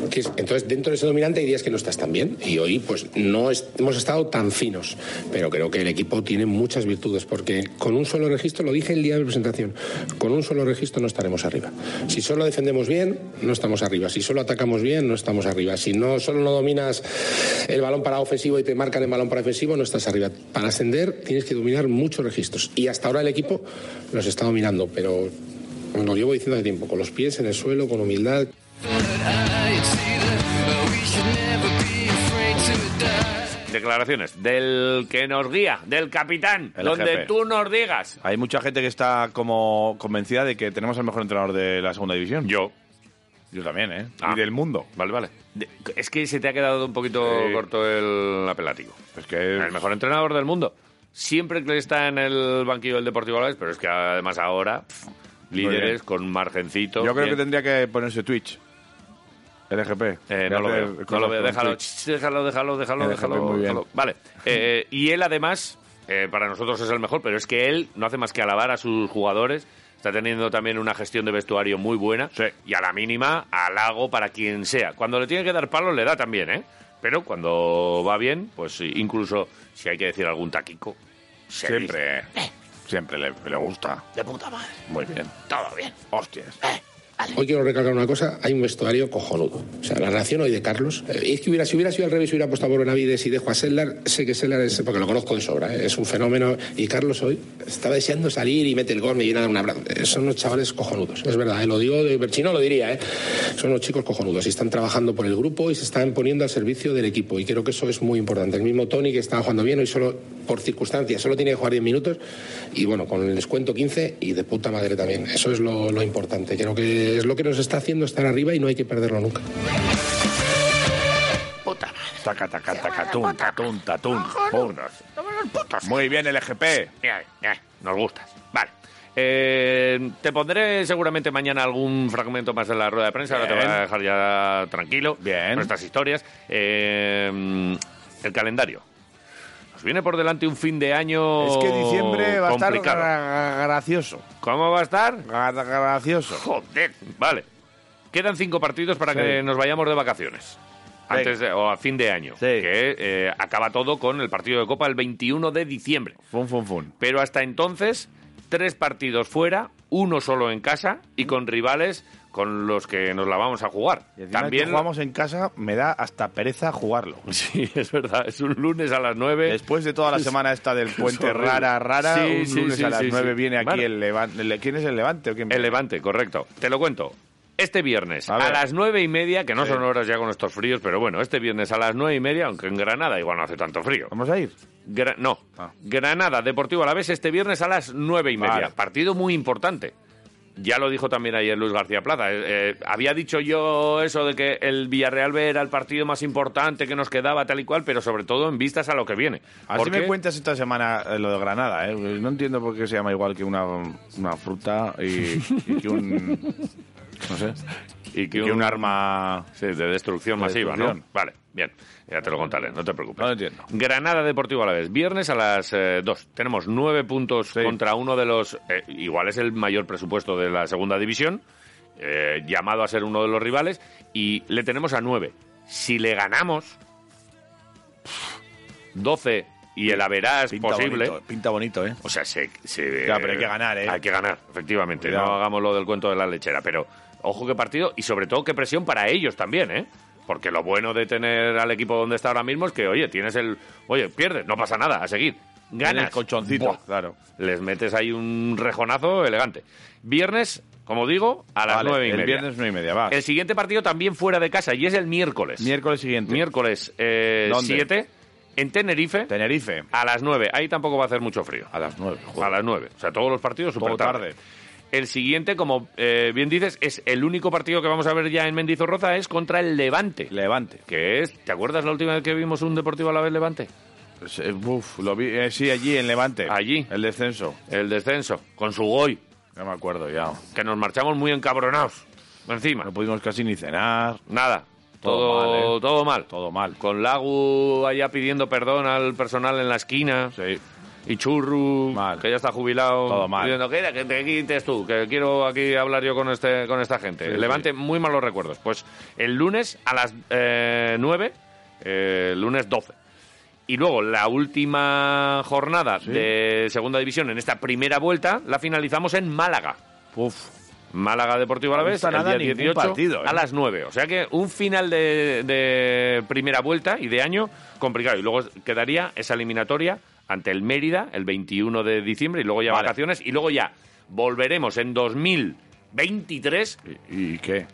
S6: Que es- Entonces, dentro de ese dominante hay días que no estás tan bien. Y hoy, pues, no es- hemos estado tan finos. Pero creo que el equipo tiene muchas virtudes. Porque con un solo registro, lo dije el día de la presentación, con un solo registro no estaremos arriba. Si solo defendemos bien, no estamos arriba. Si solo atacamos bien, no estamos arriba. Si no solo no dominas el balón para ofensivo y te marcan el balón para ofensivo, no estás arriba. Para ascender, tienes que dominar muchos registros. Y hasta ahora el equipo los está dominando. Pero lo llevo diciendo hace tiempo, con los pies en el suelo, con humildad.
S8: Declaraciones del que nos guía, del capitán,
S2: El
S8: donde
S2: jefe.
S8: tú nos digas.
S2: Hay mucha gente que está como convencida de que tenemos al mejor entrenador de la segunda división. Yo. Yo también, ¿eh?
S1: Ah.
S2: Y del mundo.
S8: Vale, Eh, vale. De- es que se te ha quedado un poquito
S2: Sí.
S8: corto el apelativo.
S2: Es que...
S8: El mejor entrenador del mundo. Siempre que está en el banquillo del Deportivo Alavés, pero es que además ahora pff,
S2: bien.
S8: líderes con margencito.
S2: Yo creo que
S8: bien.
S2: tendría que ponerse Twitch. LGP.
S8: Eh, no lo veo, no lo veo. Déjalo, ch, déjalo, déjalo, déjalo,
S2: Déjame
S8: déjalo,
S2: muy bien.
S8: déjalo. Vale. Eh, y él además, eh, para nosotros es el mejor, pero es que él no hace más que alabar a sus jugadores. Está teniendo también una gestión de vestuario muy buena. Y a la mínima, halago para quien sea. Cuando le tiene que dar palo, le da también, ¿eh? Pero cuando va bien, pues sí, incluso si hay que decir algún taquico. se
S2: Siempre.
S8: dice. Eh,
S2: Siempre le, le gusta.
S8: de puta madre.
S2: Muy bien.
S8: Todo bien.
S2: Hostias.
S6: Hoy quiero recalcar una cosa, hay un vestuario cojonudo. O sea, la reacción hoy de Carlos, eh, es que hubiera, si hubiera sido al revés, hubiera apostado por Benavides y dejo a Sellar, sé que Sellar es, porque lo conozco de sobra, eh, es un fenómeno, y Carlos hoy estaba deseando salir y mete el gol, me viene a dar un abrazo. Eh, Son unos chavales cojonudos, es verdad, eh, lo digo de Berchino, lo diría, eh. son unos chicos cojonudos y están trabajando por el grupo y se están poniendo al servicio del equipo y creo que eso es muy importante. El mismo Tony que estaba jugando bien hoy solo por circunstancias, solo tiene que jugar 10 minutos y bueno, con el descuento 15 y de puta madre también. Eso es lo, lo importante. Creo que es lo que nos está haciendo estar arriba y no hay que perderlo nunca.
S2: Taca, taca, taca, tun, tatun, tatun. Burros. Muy bien, LGP.
S8: Ya, ya, Eh, nos gustas. Vale. Eh, te pondré seguramente mañana algún fragmento más de la rueda de prensa. Ahora te
S2: Bien.
S8: voy a dejar ya tranquilo. Bien. Nuestras historias. Eh, el calendario. Nos viene por delante un fin de año.
S2: Es que diciembre va a estar
S8: complicado.
S2: gra- gracioso.
S8: ¿Cómo va a estar?
S2: Gracioso.
S8: Joder. Vale. Quedan cinco partidos para
S2: Sí.
S8: que nos vayamos de vacaciones. Antes de- o a fin de año. Que eh, acaba todo con el partido de Copa el 21 de diciembre.
S2: Fun, fun, fun.
S8: Pero hasta entonces, tres partidos fuera, uno solo en casa y con rivales con los que nos la vamos a jugar.
S2: También
S8: También
S2: jugamos en casa, me da hasta pereza jugarlo.
S8: Sí, es verdad. Es un lunes a las 9.
S2: Después de toda la semana esta del puente
S8: horrible.
S2: rara, rara,
S8: Sí,
S2: un
S8: sí,
S2: lunes
S8: sí,
S2: a las
S8: sí,
S2: 9
S8: sí.
S2: viene aquí
S8: Vale.
S2: el Levante. el- ¿Quién es el Levante? o quién?
S8: El Levante, correcto. Te lo cuento. Este viernes a,
S2: ver.
S8: las nueve y media, que no
S2: Sí.
S8: son horas ya con estos fríos, pero bueno, este viernes a las nueve y media, aunque en Granada igual no hace tanto frío.
S2: ¿Vamos a ir?
S8: Gra- no, Granada Deportivo a la vez este viernes a las nueve y media.
S2: Vale.
S8: Partido muy importante. Ya lo dijo también ayer Luis García Plata. Eh, eh, había dicho yo eso de que el Villarreal B era el partido más importante que nos quedaba, tal y cual, pero sobre todo en vistas a lo que viene.
S2: Así
S8: Porque-
S2: ¿Ah, me cuentas esta semana eh, lo de Granada, ¿eh? No entiendo por qué se llama igual que una, una fruta y, y que un... No sé.
S8: Y
S2: que un arma...
S8: Sí, de destrucción
S2: De
S8: masiva, ¿no?
S2: destrucción.
S8: Vale, bien. Ya te lo contaré, no te preocupes.
S2: No lo entiendo.
S8: Granada Deportivo a la vez. Viernes a las eh, 2. Tenemos nueve puntos contra uno de los. eh, igual es el mayor presupuesto de la segunda división, eh, llamado a ser uno de los rivales, y le tenemos a 9. Si le ganamos. 12 y el Averás
S2: Pinta
S8: posible.
S2: bonito, pinta bonito, ¿eh?
S8: O sea, se, se-
S2: Ya, pero hay que ganar, ¿eh?
S8: Hay que ganar, efectivamente.
S2: Cuidado.
S8: No hagamos lo del cuento de la lechera, pero ojo qué partido y sobre todo qué presión para ellos también, ¿eh? Porque lo bueno de tener al equipo donde está ahora mismo es que, oye, tienes el. Oye, pierdes, no pasa nada, a seguir. Ganas.
S2: Tienes colchoncito,
S8: Buah.
S2: claro.
S8: Les metes ahí un rejonazo elegante. Viernes, como digo, a las
S2: Vale,
S8: nueve y
S2: el
S8: media.
S2: viernes 9 y media, va.
S8: El siguiente partido también fuera de casa y es el miércoles.
S2: Miércoles siguiente.
S8: Miércoles eh,
S2: ¿Dónde?
S8: 7 en Tenerife.
S2: Tenerife.
S8: A las 9. Ahí tampoco va a hacer mucho frío.
S2: A las 9.
S8: A las 9. O sea, todos los partidos súper
S2: Todo
S8: tarde.
S2: tarde.
S8: El siguiente, como eh, bien dices, es el único partido que vamos a ver ya en Mendizorroza, es contra el Levante.
S2: Levante.
S8: Que es, ¿te acuerdas la última vez que vimos un Deportivo a la vez Levante?
S2: Eh, uf, lo vi, eh, sí, allí en Levante.
S8: Allí.
S2: El descenso.
S8: El descenso, con su goy.
S2: No me acuerdo ya.
S8: Que nos marchamos muy encabronados. Encima.
S2: No pudimos casi ni cenar.
S8: Nada. Todo, todo mal,
S2: ¿eh? Todo
S8: todo mal.
S2: mal.
S8: Con Lagu allá pidiendo perdón al personal en la esquina.
S2: Sí.
S8: Y Churru,
S2: Mal.
S8: que ya está jubilado,
S2: Todo mal.
S8: pidiendo que, "Mira, que te quites tú, que quiero aquí hablar yo con este con esta gente.
S2: Sí,
S8: Levante muy malos recuerdos. Pues el lunes a las eh, 9, eh, lunes 12. Y luego la última jornada de Segunda División en esta primera vuelta la finalizamos en Málaga.
S2: Uf.
S8: Málaga Deportivo a la
S2: No me
S8: vez,
S2: gusta
S8: el
S2: nada
S8: día
S2: ningún
S8: 18
S2: partido, ¿eh?
S8: a las 9. O sea que un final de, de primera vuelta y de año complicado. Y luego quedaría esa eliminatoria ante el Mérida el 21 de diciembre y luego ya
S2: Vale.
S8: vacaciones. Y luego ya volveremos en 2023
S2: ¿Y qué?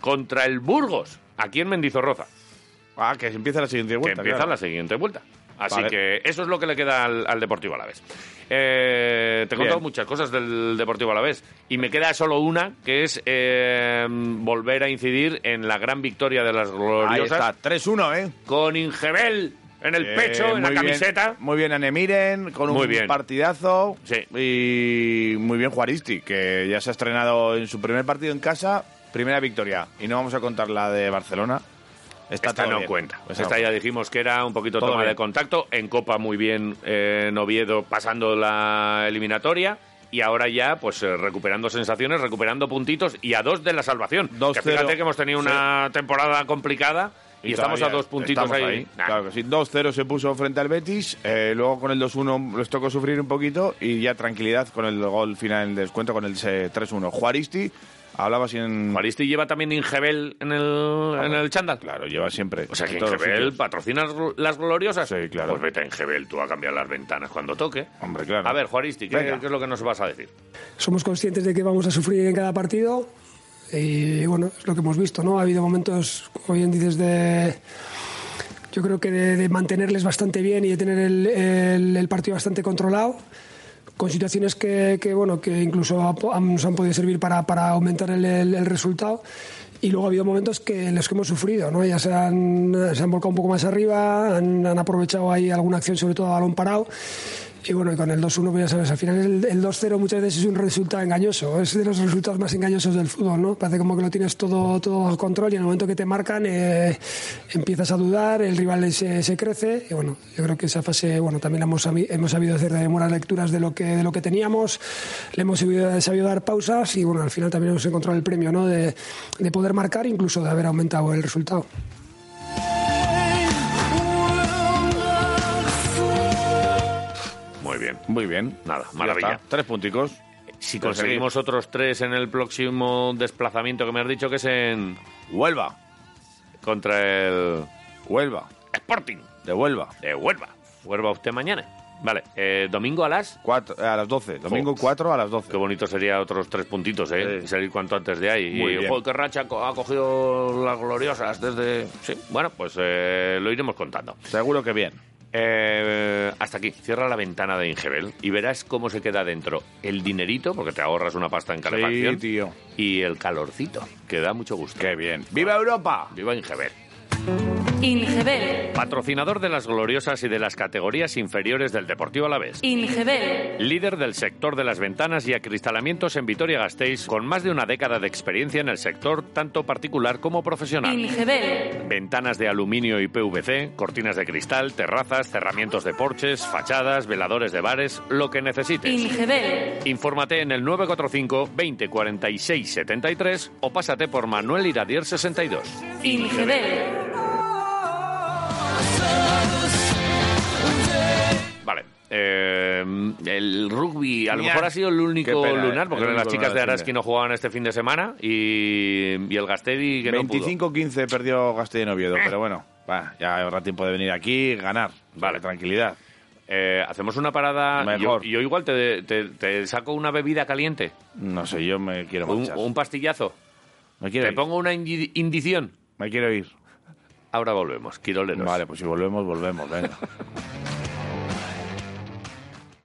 S8: contra el Burgos, aquí en Mendizorroza,
S2: Ah, que empieza la siguiente
S8: que
S2: vuelta.
S8: empieza
S2: claro.
S8: la siguiente vuelta. Así
S2: Vale.
S8: que eso es lo que le queda al, al Deportivo Alavés. Eh, te he contado
S2: Bien.
S8: muchas cosas del Deportivo Alavés y me queda solo una, que es eh, volver a incidir en la gran victoria de las
S2: Ahí
S8: gloriosas
S2: está, 3-1, ¿eh?
S8: con Ingebel en el
S2: Eh,
S8: pecho, en
S2: muy
S8: la
S2: bien,
S8: camiseta.
S2: muy bien, Anemiren, con
S8: Muy
S2: un
S8: bien.
S2: partidazo.
S8: Sí.
S2: Y muy bien, Juaristi, que ya se ha estrenado en su primer partido en casa, primera victoria. Y no vamos a contar la de Barcelona. Está
S8: Esta
S2: todo
S8: no
S2: bien.
S8: cuenta.
S2: Pues
S8: Esta
S2: no.
S8: ya dijimos que era un poquito
S2: Todo
S8: toma
S2: bien.
S8: de contacto. En Copa muy bien eh, en Oviedo pasando la eliminatoria. Y ahora ya, pues eh, recuperando sensaciones, recuperando puntitos y a dos de la salvación. que
S2: 2-0.
S8: fíjate que hemos tenido una temporada complicada y, estamos a
S2: todavía
S8: dos puntitos ahí.
S2: estamos
S8: Nah.
S2: Claro que sí. 2-0 se puso frente al Betis. eh, luego con el 2-1 les tocó sufrir un poquito y ya tranquilidad con el gol final del descuento con el eh, 3-1. Juaristi hablaba sin.
S8: Juaristi lleva también Ingebel en el, en el chándal.
S2: Claro, lleva siempre.
S8: O sea, que
S2: en todos los
S8: Ingebel
S2: sitios.
S8: patrocina las glo- las gloriosas.
S2: Sí, claro.
S8: Pues vete a Ingebel tú a cambiar las ventanas cuando toque.
S2: Hombre, claro.
S8: A ver, Juaristi, ¿qué,
S2: Venga.
S8: qué es lo que nos vas a decir?
S6: somos conscientes de que vamos a sufrir en cada partido y bueno, es lo que hemos visto, ¿no? Ha habido momentos, como bien dices, de yo creo que de, de mantenerles bastante bien y de tener el, el- el partido bastante controlado, con situaciones que, que, bueno, que incluso ha- han- nos han podido servir para, para aumentar el, el- el resultado. Y luego ha habido momentos que en los que hemos sufrido, ¿no? Ya se han, se han volcado un poco más arriba, han, han aprovechado ahí alguna acción, sobre todo a balón parado. Y bueno, y con el 2-1, pues ya sabes, al final el, el 2-0 muchas veces es un resultado engañoso, es de los resultados más engañosos del fútbol, ¿no? Parece como que lo tienes todo, todo bajo control y en el momento que te marcan eh, empiezas a dudar, el rival se, se crece y bueno, yo creo que esa fase, bueno, también la hemos, sabi- hemos sabido hacer de buenas lecturas de lo que, de lo que teníamos, le hemos sabido, sabido dar pausas y bueno, al final también hemos encontrado el premio, ¿no? De, de poder marcar, incluso de haber aumentado el resultado.
S8: Muy bien.
S2: Muy bien.
S8: Nada,
S2: Ya
S8: maravilla.
S2: está. Tres punticos.
S8: Si
S2: Pero
S8: conseguimos otros tres en el próximo desplazamiento que me has dicho que es en
S2: Huelva.
S8: contra el
S2: Huelva.
S8: Sporting
S2: De Huelva.
S8: de Huelva. Huelva usted mañana. Vale, eh, domingo a las...
S2: Cuatro, eh, a las 12. Domingo
S8: Jo.
S2: 4 a las 12.
S8: Qué bonito sería otros tres puntitos, ¿eh?
S2: Sí.
S8: Y Salir cuanto antes de ahí.
S2: Muy
S8: y
S2: bien.
S8: jo, qué racha co- ha cogido las gloriosas desde... Sí, bueno, pues eh, lo iremos contando.
S2: Seguro que bien.
S8: Eh, hasta aquí, cierra la ventana de Ingebel y verás cómo se queda dentro el dinerito, porque te ahorras una pasta en calefacción,
S2: tío.
S8: y el calorcito, que da mucho gusto.
S2: Qué bien. ¡Viva Europa!
S8: Viva Ingebel.
S9: Ingebel.
S8: Patrocinador de las gloriosas y de las categorías inferiores del Deportivo Alavés.
S9: Ingebel.
S8: Líder del sector de las ventanas y acristalamientos en Vitoria-Gasteiz, con más de una década de experiencia en el sector tanto particular como profesional.
S9: Ingebel.
S8: Ventanas de aluminio y PVC, cortinas de cristal, terrazas, cerramientos de porches, fachadas, veladores de bares, lo que necesites.
S9: Ingebel.
S8: Infórmate en el 945 20 46 73 o pásate por Manuel Iradier 62.
S9: Ingebel.
S8: Vale. eh, el rugby a lo
S2: Mira,
S8: mejor ha sido el único
S2: qué pena, ¿eh?
S8: lunar, porque
S2: el único
S8: las chicas
S2: lunar
S8: de
S2: del
S8: Araski
S2: cine.
S8: no jugaban este fin de semana y, y el Gastedi que no
S2: 25-15 perdió Castellón Oviedo, pero bueno, va, ya habrá tiempo de venir aquí y ganar. Vale,
S8: Vale.
S2: tranquilidad.
S8: pudo. Eh, hacemos una parada.
S2: Mejor.
S8: Yo, yo igual te, te- te saco una bebida caliente,
S2: No sé, yo me quiero
S8: un,
S2: marchar.
S8: un pastillazo.
S2: me quiero
S8: Te
S2: ir.
S8: pongo una indi- indición.
S2: Me quiero ir.
S8: Ahora volvemos, Quiroleros.
S2: Vale, pues si volvemos, volvemos, venga.